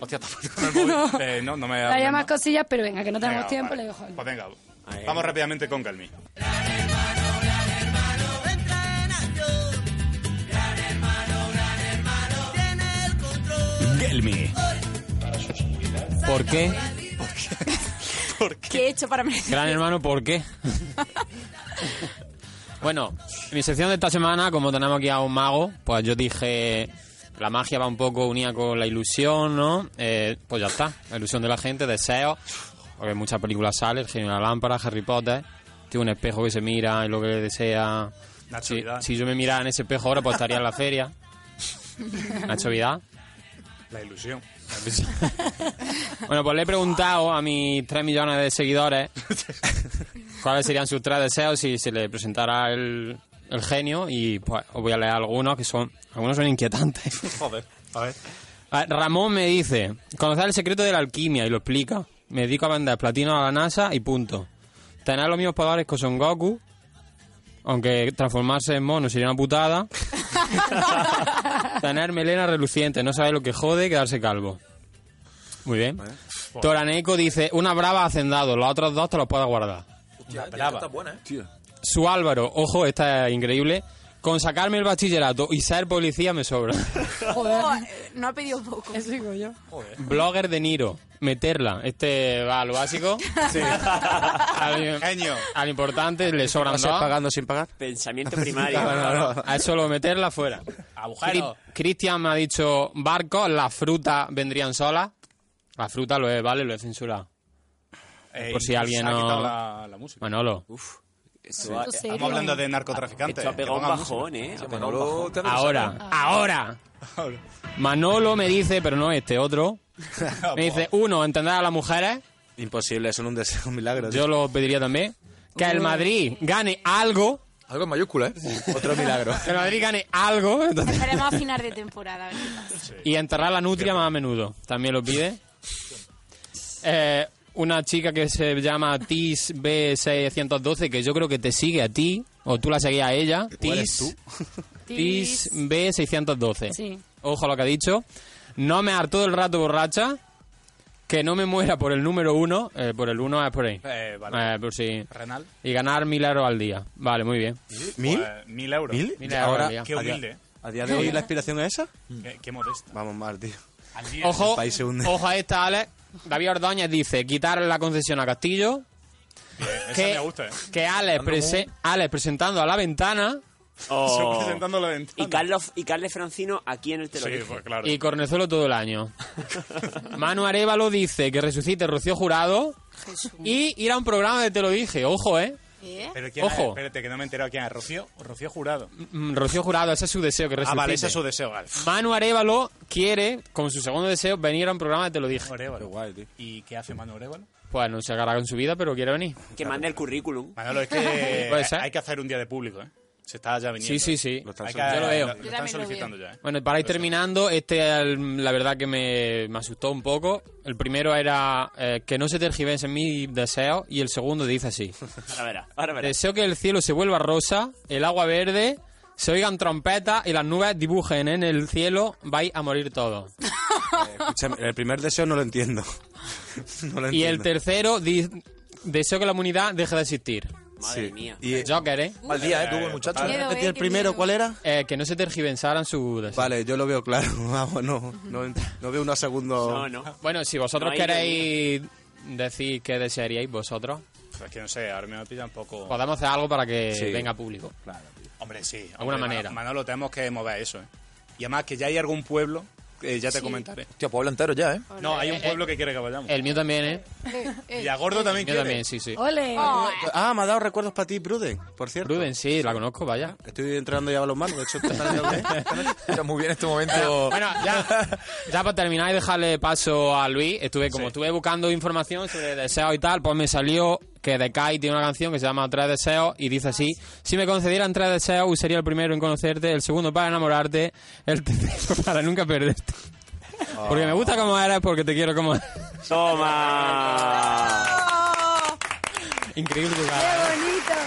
[SPEAKER 3] Hostia, tampoco con el móvil.
[SPEAKER 19] No.
[SPEAKER 3] Eh, no, no me
[SPEAKER 19] Hay más cosillas, pero venga, que no tenemos
[SPEAKER 3] Venga,
[SPEAKER 19] tiempo,
[SPEAKER 3] vale.
[SPEAKER 19] le dejo al-
[SPEAKER 3] Pues venga, vamos rápidamente con Calmi.
[SPEAKER 2] Gelmi.
[SPEAKER 20] ¿Por qué?
[SPEAKER 11] ¿Qué he hecho para merecer?
[SPEAKER 20] Gran hermano, ¿por qué? bueno, en mi sección de esta semana, como tenemos aquí a un mago, pues yo dije, la magia va un poco unida con la ilusión, ¿no? Eh, pues ya está, la ilusión de la gente, deseos, porque en muchas películas sale, el genio de la lámpara, Harry Potter, tiene un espejo que se mira y lo que desea... Si,
[SPEAKER 3] Vidal.
[SPEAKER 20] si yo me mirara en ese espejo ahora, pues estaría en la feria. Nacho Vidal.
[SPEAKER 3] La ilusión.
[SPEAKER 20] Bueno, pues le he preguntado a mis 3 millones de seguidores cuáles serían sus tres deseos si se le presentara el, el genio y pues os voy a leer algunos que son algunos son inquietantes.
[SPEAKER 3] Joder, a ver.
[SPEAKER 20] A ver, Ramón me dice, conocer el secreto de la alquimia y lo explica. Me dedico a vender platino a la NASA y punto. Tener los mismos poderes que Son Goku, aunque transformarse en mono sería una putada. Tener melena reluciente, no sabe lo que jode quedarse calvo. Muy bien. Toraneco dice, una brava hacendado, los otros dos te los puedo guardar.
[SPEAKER 10] Hostia,
[SPEAKER 3] brava.
[SPEAKER 10] Está buena, ¿eh?
[SPEAKER 20] Su Álvaro, ojo, esta es increíble. Con sacarme el bachillerato y ser policía me sobra.
[SPEAKER 7] eh,
[SPEAKER 11] Joder. No ha pedido poco. Eso digo yo.
[SPEAKER 20] Blogger de Niro, meterla. Este va a lo básico. Sí. Al,
[SPEAKER 3] Eh,
[SPEAKER 20] al importante le sobran
[SPEAKER 7] ¿Vas a ir
[SPEAKER 20] dos.
[SPEAKER 7] pagando sin pagar?
[SPEAKER 6] Pensamiento primario.
[SPEAKER 20] No, no, no. A eso lo meterla fuera.
[SPEAKER 6] Agujero.
[SPEAKER 20] Cri- Cristian me ha dicho barcos, las frutas vendrían solas. Las frutas lo he, vale, lo he censurado.
[SPEAKER 3] Eh,
[SPEAKER 20] Por si
[SPEAKER 3] y
[SPEAKER 20] alguien
[SPEAKER 3] se ha
[SPEAKER 20] no-
[SPEAKER 3] quitado la, la música.
[SPEAKER 20] Manolo.
[SPEAKER 3] Sí. Estamos hablando de narcotraficantes.
[SPEAKER 6] Esto ha pegado un
[SPEAKER 3] Que pongan
[SPEAKER 6] bajón,
[SPEAKER 3] música.
[SPEAKER 6] ¿eh? Ha pegado un bajón.
[SPEAKER 20] Ahora, Ah. ahora. Manolo me dice, pero no este, otro. Me dice, uno, entender a las mujeres.
[SPEAKER 7] Imposible, eso no es un deseo, un milagro.
[SPEAKER 20] Yo lo pediría también. Que el Madrid gane algo.
[SPEAKER 10] Algo en mayúscula, ¿eh?
[SPEAKER 7] Otro milagro.
[SPEAKER 20] Que el Madrid gane algo. entonces-
[SPEAKER 11] Esperemos a final de temporada. a ver qué pasa.
[SPEAKER 20] Y enterrar la nutria más a menudo. También lo pide. Eh, una chica que se llama Tis B612, que yo creo que te sigue a ti, o tú la seguías a ella. Tis,
[SPEAKER 3] eres tú?
[SPEAKER 20] Tis B612.
[SPEAKER 19] Sí.
[SPEAKER 20] Ojo a lo que ha dicho. No me harto el rato borracha. Que no me muera por el número uno. Eh, por el uno es por ahí.
[SPEAKER 3] Eh, vale.
[SPEAKER 20] Eh, por si-
[SPEAKER 3] Renal.
[SPEAKER 20] Y ganar mil euros al día. Vale, muy bien.
[SPEAKER 7] ¿Mil?
[SPEAKER 3] Pues, mil euros.
[SPEAKER 7] ¿Mil?
[SPEAKER 20] Mil
[SPEAKER 7] Y
[SPEAKER 20] euros
[SPEAKER 7] ahora,
[SPEAKER 20] al día.
[SPEAKER 7] qué
[SPEAKER 20] A día-
[SPEAKER 7] humilde. ¿A día de hoy la aspiración es esa?
[SPEAKER 3] Mm. Qué, qué modesto.
[SPEAKER 7] Vamos mal, tío.
[SPEAKER 3] Al día.
[SPEAKER 20] Ojo,
[SPEAKER 7] El país se hunde.
[SPEAKER 20] ojo a esta, Alex. David Ordóñez dice, quitar la concesión a Castillo.
[SPEAKER 3] Esa
[SPEAKER 20] que-
[SPEAKER 3] me gusta, ¿eh?
[SPEAKER 20] Que Alex, prese- Alex presentando a la ventana.
[SPEAKER 3] Yo presentando la ventana.
[SPEAKER 6] Oh. Y Carlos, y Carles Francino aquí en el te lo
[SPEAKER 3] Sí,
[SPEAKER 6] dije.
[SPEAKER 3] pues claro.
[SPEAKER 20] Y Cornezuelo todo el año. Manu Arevalo dice que resucite Rocío Jurado. Y ir a un programa de Te lo dije. Ojo, ¿eh?
[SPEAKER 3] Pero quién es?
[SPEAKER 20] Ojo.
[SPEAKER 3] espérate, que no me he enterado quién es. Rocío, Rocío Jurado.
[SPEAKER 20] Mm, Rocío Jurado, ese es su deseo que
[SPEAKER 3] Ah,
[SPEAKER 20] resucite.
[SPEAKER 3] vale, ese es su deseo, vale.
[SPEAKER 20] Manu Arevalo quiere, como su segundo deseo, venir a un programa de Te lo dije.
[SPEAKER 3] Orevalo. ¿Y qué hace Manu Orevalo?
[SPEAKER 20] Pues no se agarra con su vida, pero quiere venir.
[SPEAKER 6] Que mande el currículum.
[SPEAKER 3] Manolo, es que
[SPEAKER 20] Puede ser.
[SPEAKER 3] hay que hacer un día de público, ¿eh? Se está ya viniendo.
[SPEAKER 20] Sí, sí, sí.
[SPEAKER 3] Lo están
[SPEAKER 20] Hay que-
[SPEAKER 3] solicitando.
[SPEAKER 20] yo lo veo.
[SPEAKER 3] Lo están solicitando ya, ¿eh?
[SPEAKER 20] Bueno, para ir terminando, este el- la verdad que me, me asustó un poco. El primero era eh, que no se tergiversen mis deseos y el segundo dice así.
[SPEAKER 6] Ahora verás, ahora verás.
[SPEAKER 20] Deseo que el cielo se vuelva rosa, el agua verde, se oigan trompetas y las nubes dibujen eh, en el cielo, vais a morir todos.
[SPEAKER 7] Eh, Escúchame, el primer deseo no lo entiendo. No lo
[SPEAKER 20] Y el
[SPEAKER 7] entiendo.
[SPEAKER 20] tercero, di- deseo que la humanidad deje de existir.
[SPEAKER 7] Madre Sí.
[SPEAKER 20] mía. Joker, ¿eh?
[SPEAKER 7] Mal día, ¿eh? Tuvo el muchacho. Qué miedo, ¿eh? ¿El Qué primero miedo.
[SPEAKER 20] cuál era? Eh, que no se tergiversaran sus deseos.
[SPEAKER 7] Vale, yo lo veo claro. Vamos, no, no, ent- no veo unos segundos.
[SPEAKER 20] Bueno, si vosotros
[SPEAKER 7] No hay
[SPEAKER 20] queréis decir qué desearíais vosotros,
[SPEAKER 3] Pues es que no sé, ahora me pilla un poco...
[SPEAKER 20] podemos hacer algo para que
[SPEAKER 3] Sí.
[SPEAKER 20] venga público.
[SPEAKER 3] Hombre, sí. De
[SPEAKER 20] alguna manera.
[SPEAKER 3] Manolo, tenemos que mover eso, ¿eh? Y además que ya hay algún pueblo, eh, ya te
[SPEAKER 10] Sí.
[SPEAKER 3] comentaré.
[SPEAKER 10] Hostia, pueblo entero ya, ¿eh?
[SPEAKER 3] No, hay un
[SPEAKER 20] Eh,
[SPEAKER 3] pueblo que quiere que vayamos.
[SPEAKER 20] El mío también, ¿eh?
[SPEAKER 3] Y a Gordo también
[SPEAKER 20] Yo
[SPEAKER 3] quiere.
[SPEAKER 20] también, sí, sí.
[SPEAKER 19] ¡Ole!
[SPEAKER 7] Ah, me ha dado recuerdos para ti, Pruden, por cierto.
[SPEAKER 20] Pruden, sí, la conozco, vaya.
[SPEAKER 7] Estoy entrando ya a los manos, de hecho, está
[SPEAKER 10] muy bien este momento.
[SPEAKER 20] Bueno, ya, ya para terminar y dejarle paso a Luis, estuve como estuve buscando información sobre deseos y tal, pues me salió que The Kai tiene una canción que se llama Tres deseos y dice así,
[SPEAKER 6] Ah,
[SPEAKER 20] si me concedieran tres deseos, usaría el primero en conocerte, el segundo para enamorarte, el tercero para nunca perderte. Porque me gusta como eres, porque te quiero como...
[SPEAKER 6] ¡Toma!
[SPEAKER 20] Increíble ¿eh? lugar.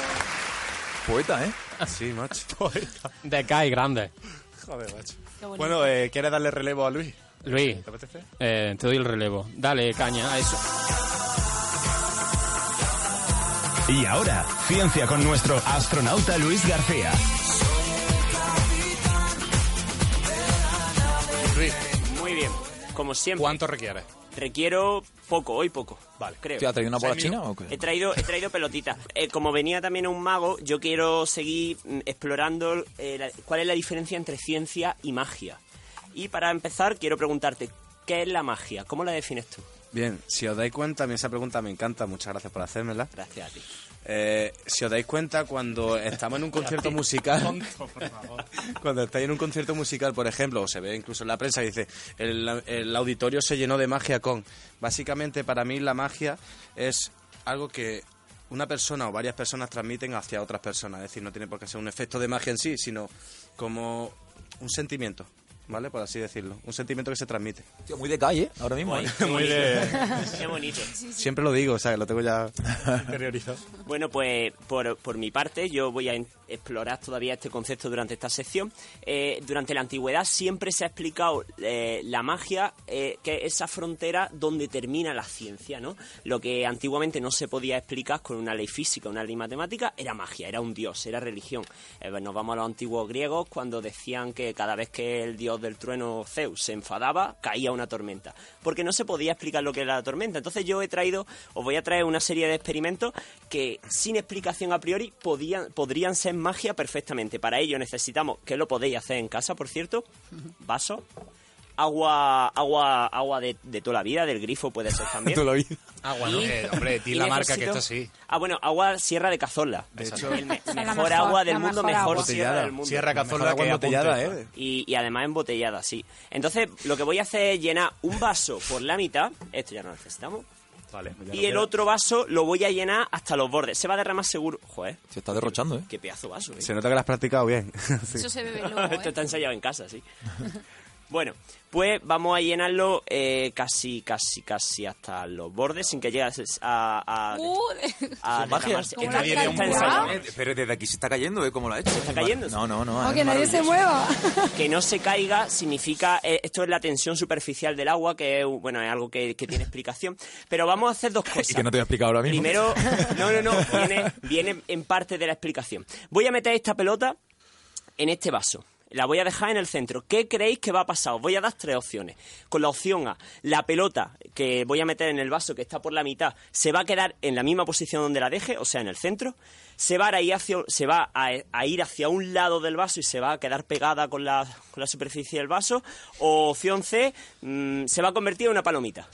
[SPEAKER 10] Poeta, ¿eh?
[SPEAKER 7] Sí, macho.
[SPEAKER 20] The Kai, grande.
[SPEAKER 3] Joder, macho.
[SPEAKER 6] bonito.
[SPEAKER 3] Bueno, eh, ¿quieres darle relevo a Luis?
[SPEAKER 20] Luis,
[SPEAKER 3] ¿Te apetece?
[SPEAKER 20] eh, te doy el relevo. Dale, caña, a eso.
[SPEAKER 2] Y ahora, ciencia con nuestro astronauta Luis García.
[SPEAKER 3] Luis,
[SPEAKER 6] Muy bien, como siempre.
[SPEAKER 3] ¿cuánto requieres?
[SPEAKER 6] Requiero poco, hoy poco. Vale, creo.
[SPEAKER 10] Hostia, ¿has traído una bola Seis china minutos. o qué?
[SPEAKER 6] He traído, he traído pelotitas. Eh, como venía también un mago, yo quiero seguir mm, explorando eh, la- cuál es la diferencia entre ciencia y magia. Y para empezar, quiero preguntarte, ¿qué es la magia? ¿Cómo la defines tú?
[SPEAKER 7] Bien, si os dais cuenta, a mí esa pregunta me encanta, muchas gracias por hacérmela.
[SPEAKER 6] Gracias a ti.
[SPEAKER 7] Eh, si os dais cuenta, cuando estamos en un concierto musical, cuando estáis en un concierto musical, por ejemplo, o se ve incluso en la prensa, dice, el, el auditorio se llenó de magia con... Básicamente, para mí la magia es algo que una persona o varias personas transmiten hacia otras personas. Es decir, no tiene por qué ser un efecto de magia en sí, sino como un sentimiento, ¿vale? Por así decirlo. Un sentimiento que se transmite.
[SPEAKER 10] Tío, muy de calle, ¿eh? ahora mismo. ¿eh?
[SPEAKER 7] Muy de-
[SPEAKER 6] Qué bonito.
[SPEAKER 7] Siempre lo digo, ¿sabes? Lo tengo ya...
[SPEAKER 6] Bueno, pues por, por mi parte yo voy a en- explorar todavía este concepto durante esta sección. Eh, durante la antigüedad siempre se ha explicado eh, la magia, eh, que es esa frontera donde termina la ciencia, ¿no? Lo que antiguamente no se podía explicar con una ley física, una ley matemática, era magia, era un dios, era religión. Eh, nos vamos a los antiguos griegos cuando decían que cada vez que el dios del trueno Zeus se enfadaba, caía una tormenta. Porque no se podía explicar lo que era la tormenta. Entonces yo he traído, os voy a traer una serie de experimentos que sin explicación a priori podían, podrían ser magia perfectamente. Para ello necesitamos, que lo podéis hacer en casa, por cierto, vaso. Agua, agua, agua de, de toda la vida, del grifo puede ser también.
[SPEAKER 7] Toda la vida.
[SPEAKER 3] Agua, ¿no?
[SPEAKER 6] Y-
[SPEAKER 3] Eh, hombre, di
[SPEAKER 6] y
[SPEAKER 3] la marca que
[SPEAKER 6] necesito-
[SPEAKER 3] esto sí.
[SPEAKER 6] Ah, bueno, agua Sierra de Cazorla.
[SPEAKER 3] De
[SPEAKER 6] Esa
[SPEAKER 3] hecho-
[SPEAKER 6] es el me-
[SPEAKER 3] Esa es la
[SPEAKER 6] mejor,
[SPEAKER 3] mejor,
[SPEAKER 6] agua
[SPEAKER 3] la
[SPEAKER 6] del mundo,
[SPEAKER 3] mejor
[SPEAKER 6] mejor
[SPEAKER 3] agua.
[SPEAKER 6] Sierra del mundo.
[SPEAKER 3] Sierra Cazorla Mejor agua que
[SPEAKER 7] embotellada, apunte. ¿eh?
[SPEAKER 6] Y, y además embotellada, sí. Entonces, lo que voy a hacer es llenar un vaso por la mitad. Esto ya no lo necesitamos.
[SPEAKER 7] Vale.
[SPEAKER 6] Y el otro vaso lo voy a llenar hasta los bordes. Se va a derramar seguro. Joder,
[SPEAKER 10] Se está derrochando, ¿eh?
[SPEAKER 6] qué pedazo de vaso, ¿eh?
[SPEAKER 7] Se nota que lo has practicado bien. Sí.
[SPEAKER 6] Esto está ensayado en casa, sí. Bueno, pues vamos a llenarlo eh, casi, casi, casi hasta los bordes sin que llegue a... a, a-
[SPEAKER 11] Uh,
[SPEAKER 6] a derramarse.
[SPEAKER 10] Que
[SPEAKER 6] Está-
[SPEAKER 10] nadie
[SPEAKER 6] está
[SPEAKER 10] dé un
[SPEAKER 6] ensayado.
[SPEAKER 10] pulso. Eh, Pero desde aquí se está cayendo, ¿eh? ¿Cómo lo ha hecho?
[SPEAKER 6] está cayendo.
[SPEAKER 10] No, no, no.
[SPEAKER 6] Ah,
[SPEAKER 10] es
[SPEAKER 6] que nadie se
[SPEAKER 10] maravilloso.
[SPEAKER 19] mueva.
[SPEAKER 6] Que no se caiga significa, eh, esto es la tensión superficial del agua, que es, bueno, es algo que, que tiene explicación. Pero vamos a hacer dos cosas.
[SPEAKER 10] Y que no te voy a explicar ahora mismo.
[SPEAKER 6] Primero, no, no, no, viene, viene en parte de la explicación. Voy a meter esta pelota en este vaso. La voy a dejar en el centro. ¿Qué creéis que va a pasar? Os voy a dar tres opciones. Con la opción A, la pelota que voy a meter en el vaso, que está por la mitad, se va a quedar en la misma posición donde la deje, o sea, en el centro. Se va a ir hacia, se va a, a ir hacia un lado del vaso y se va a quedar pegada con la, con la superficie del vaso. O opción C, mm, se va a convertir en una palomita.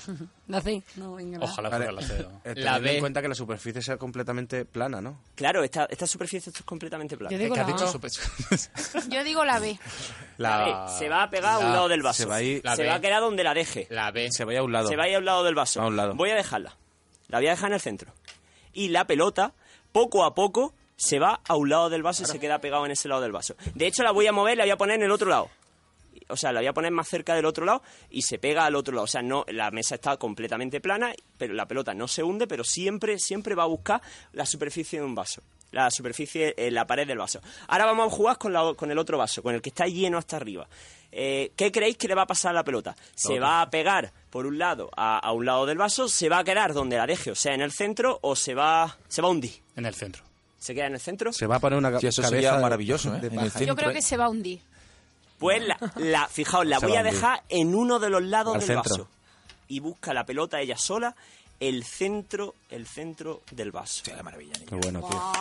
[SPEAKER 19] ¿La hacéis? No, venga. va.
[SPEAKER 7] eh,
[SPEAKER 6] La
[SPEAKER 7] teniendo
[SPEAKER 6] B.
[SPEAKER 7] en cuenta que la superficie sea completamente plana, ¿no?
[SPEAKER 6] Claro, esta, esta superficie esto es completamente plana.
[SPEAKER 7] Yo digo Es que has la dicho A.
[SPEAKER 15] Yo digo la B.
[SPEAKER 6] Ah, La B. Se va a pegar a un
[SPEAKER 7] la-
[SPEAKER 6] lado del vaso.
[SPEAKER 7] se va a ir- La
[SPEAKER 6] Se
[SPEAKER 7] B.
[SPEAKER 6] va a quedar donde la deje.
[SPEAKER 20] La B.
[SPEAKER 7] Se vaya a un lado.
[SPEAKER 6] Se va a ir a un lado del vaso.
[SPEAKER 7] A un lado.
[SPEAKER 6] Voy a dejarla. La voy a dejar en el centro. Y la pelota, poco a poco, se va a un lado del vaso y se queda pegado en ese lado del vaso. De hecho, la voy a mover, la voy a poner en el otro lado. O sea, la voy a poner más cerca del otro lado y se pega al otro lado. O sea, no, la mesa está completamente plana, pero la pelota no se hunde, pero siempre, siempre va a buscar la superficie de un vaso. La superficie, eh, la pared del vaso. Ahora vamos a jugar con, la o- con el otro vaso, con el que está lleno hasta arriba. Eh, ¿Qué creéis que le va a pasar a la pelota? Se
[SPEAKER 20] Todo.
[SPEAKER 6] va a pegar, por un lado, a, a un lado del vaso, se va a quedar donde la deje, o sea, en el centro, o se va, se va a hundir. En el centro. ¿Se queda en el centro?
[SPEAKER 7] Se va a poner una ca-
[SPEAKER 10] Sí, eso
[SPEAKER 7] cabeza
[SPEAKER 10] sería
[SPEAKER 7] de-
[SPEAKER 10] maravilloso, ¿eh?
[SPEAKER 7] de
[SPEAKER 10] En el
[SPEAKER 7] paja.
[SPEAKER 10] centro.
[SPEAKER 15] Yo creo que se va a hundir.
[SPEAKER 6] Pues la, la- fijaos, la
[SPEAKER 7] Se
[SPEAKER 6] voy
[SPEAKER 7] va
[SPEAKER 6] a
[SPEAKER 7] a hundir.
[SPEAKER 6] dejar en uno de los lados
[SPEAKER 7] Al
[SPEAKER 6] del
[SPEAKER 7] centro.
[SPEAKER 6] vaso. Y busca la pelota ella sola, el centro, el centro del vaso. Qué maravilla,
[SPEAKER 7] Qué bueno, tío.
[SPEAKER 11] Oh,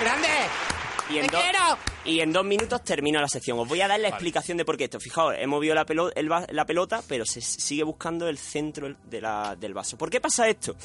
[SPEAKER 6] ¡Grande! Y en,
[SPEAKER 15] ¡Te
[SPEAKER 6] dos,
[SPEAKER 15] quiero!
[SPEAKER 6] y en dos minutos termino la sección. Os voy a dar la
[SPEAKER 15] Vale.
[SPEAKER 6] explicación de por qué esto. Fijaos, he movido la pelota, la pelota pero se sigue buscando el centro de la- del vaso. ¿Por qué pasa esto?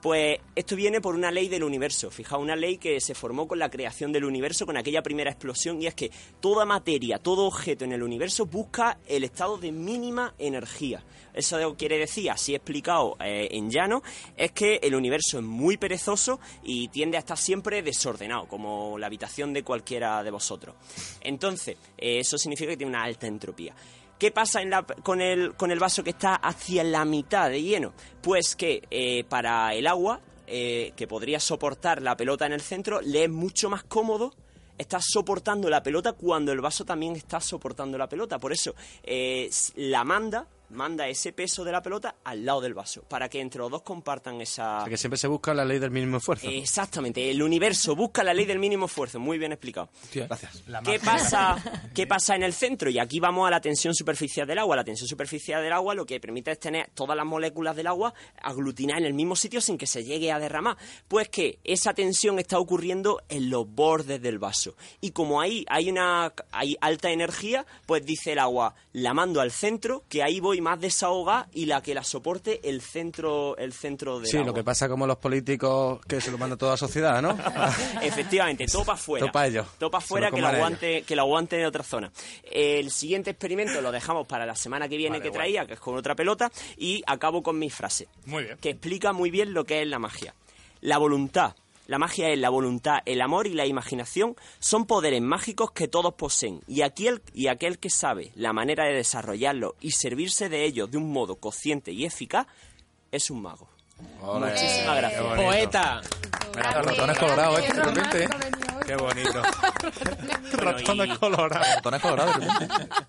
[SPEAKER 6] Pues esto viene por una ley del universo. Fijaos, una ley que se formó con la creación del universo, con aquella primera explosión, y es que toda materia, todo objeto en el universo busca el estado de mínima energía. Eso quiere decir, así explicado eh, en llano, es que el universo es muy perezoso y tiende a estar siempre desordenado, como la habitación de cualquiera de vosotros. Entonces, eh, eso significa que tiene una alta entropía. ¿Qué pasa en la- con, el, con el vaso que está hacia la mitad de lleno? Pues que eh, para el agua, eh, que podría soportar la pelota en el centro, le es mucho más cómodo estar soportando la pelota cuando el vaso también está soportando la pelota. Por eso eh, s- la manda, manda ese peso de la pelota al lado del vaso, para que entre los dos compartan esa...
[SPEAKER 7] O sea, que siempre se busca la ley del mínimo esfuerzo.
[SPEAKER 6] Exactamente, el universo busca la ley del mínimo esfuerzo, muy bien explicado.
[SPEAKER 7] Gracias.
[SPEAKER 6] ¿Qué pasa, ¿Qué pasa en el centro? Y aquí vamos a la tensión superficial del agua. La tensión superficial del agua lo que permite es tener todas las moléculas del agua aglutinadas en el mismo sitio sin que se llegue a derramar. Pues que esa tensión está ocurriendo en los bordes del vaso. Y como ahí hay una hay alta energía, pues dice el agua, la mando al centro, que ahí voy más desahogada y la que la soporte el centro, el centro del
[SPEAKER 7] Sí,
[SPEAKER 6] agua.
[SPEAKER 7] lo que pasa como los políticos que se lo manda toda la sociedad, ¿no?
[SPEAKER 6] Efectivamente, topa afuera.
[SPEAKER 7] Topa ellos.
[SPEAKER 6] Topa
[SPEAKER 7] Se
[SPEAKER 6] afuera
[SPEAKER 7] lo
[SPEAKER 6] que lo
[SPEAKER 7] coman ellos.
[SPEAKER 6] aguante, que lo aguante en otra zona. El siguiente experimento lo dejamos para la semana que viene
[SPEAKER 20] Vale,
[SPEAKER 6] que
[SPEAKER 20] guay.
[SPEAKER 6] traía, que es con otra pelota, y acabo con mi frase. Muy bien. Que explica muy bien lo que es la magia. La voluntad. La magia es la voluntad, el amor y la imaginación son poderes mágicos que todos poseen y aquel, y aquel que sabe la manera de desarrollarlos y servirse de ellos de un modo consciente y eficaz es un mago.
[SPEAKER 7] Ole.
[SPEAKER 6] Muchísimas
[SPEAKER 7] Eh,
[SPEAKER 6] gracias.
[SPEAKER 7] qué bonito.
[SPEAKER 20] Poeta.
[SPEAKER 7] Mira, los ratones colorados, ¿eh? De repente.
[SPEAKER 6] Qué bonito.
[SPEAKER 7] Ratones colorados. Ratones colorados.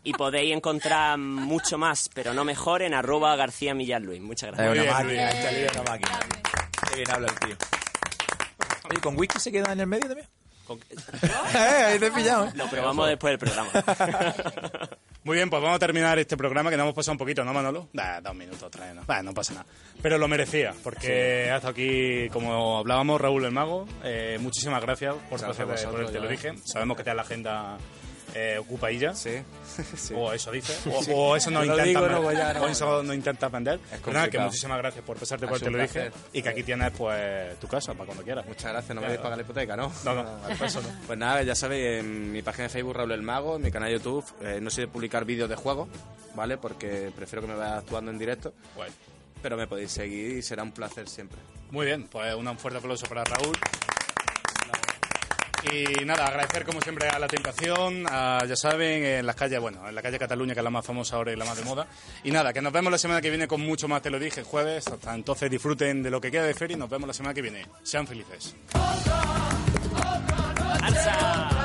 [SPEAKER 6] Y podéis encontrar mucho más, pero no mejor, en arroba García Millán Luis. Muchas gracias.
[SPEAKER 10] Es una
[SPEAKER 3] Ah,
[SPEAKER 10] máquina, este tío es una máquina. Qué bien habla el tío. Oye, ¿con whisky se queda en el medio también?
[SPEAKER 3] Eh, ahí te he pillado.
[SPEAKER 6] Lo probamos después del programa.
[SPEAKER 3] Muy bien, pues vamos a terminar este programa que nos hemos pasado un poquito, ¿no, Manolo? Da, dos minutos, tres, no. Bah, no pasa nada. Pero lo merecía, porque hasta aquí, como hablábamos, Raúl el Mago, eh, muchísimas gracias por
[SPEAKER 7] Gracias
[SPEAKER 3] tu
[SPEAKER 7] a vosotros,
[SPEAKER 3] por el te lo
[SPEAKER 7] ya.
[SPEAKER 3] dije. Sabemos que te la agenda eh, ocupa ella. Sí. O eso dice. O,
[SPEAKER 7] Sí.
[SPEAKER 3] o eso no
[SPEAKER 7] Lo
[SPEAKER 3] intenta
[SPEAKER 7] digo, no voy a- no,
[SPEAKER 3] o eso no intenta vender. Pero nada, que
[SPEAKER 7] complicado.
[SPEAKER 3] muchísimas gracias por pasarte
[SPEAKER 7] Ha
[SPEAKER 3] por el
[SPEAKER 7] sido
[SPEAKER 3] te lo
[SPEAKER 7] un
[SPEAKER 3] dije.
[SPEAKER 7] placer.
[SPEAKER 3] Y que aquí tienes, pues, tu casa para cuando quieras.
[SPEAKER 7] Muchas gracias, no me
[SPEAKER 3] Claro.
[SPEAKER 7] vais a pagar la hipoteca, ¿no?
[SPEAKER 3] No, no,
[SPEAKER 7] Vale, pues eso no. Pues nada, ya sabéis, en mi página de Facebook, Raúl el Mago, en mi canal de YouTube, eh, no soy de publicar vídeos de juegos, ¿vale? Porque prefiero que me vayas actuando en directo. Pero me podéis seguir y será un placer siempre.
[SPEAKER 3] Muy bien, pues un fuerte aplauso para Raúl. Y nada, agradecer como siempre a La Tentación, a- ya saben, en las calles, bueno, en la calle Cataluña, que es la más famosa ahora y la más de moda. Y nada, que nos vemos la semana que viene con mucho más, te lo dije, jueves. Hasta entonces disfruten de lo que queda de feria y nos vemos la semana que viene. Sean felices.
[SPEAKER 6] ¡Alza!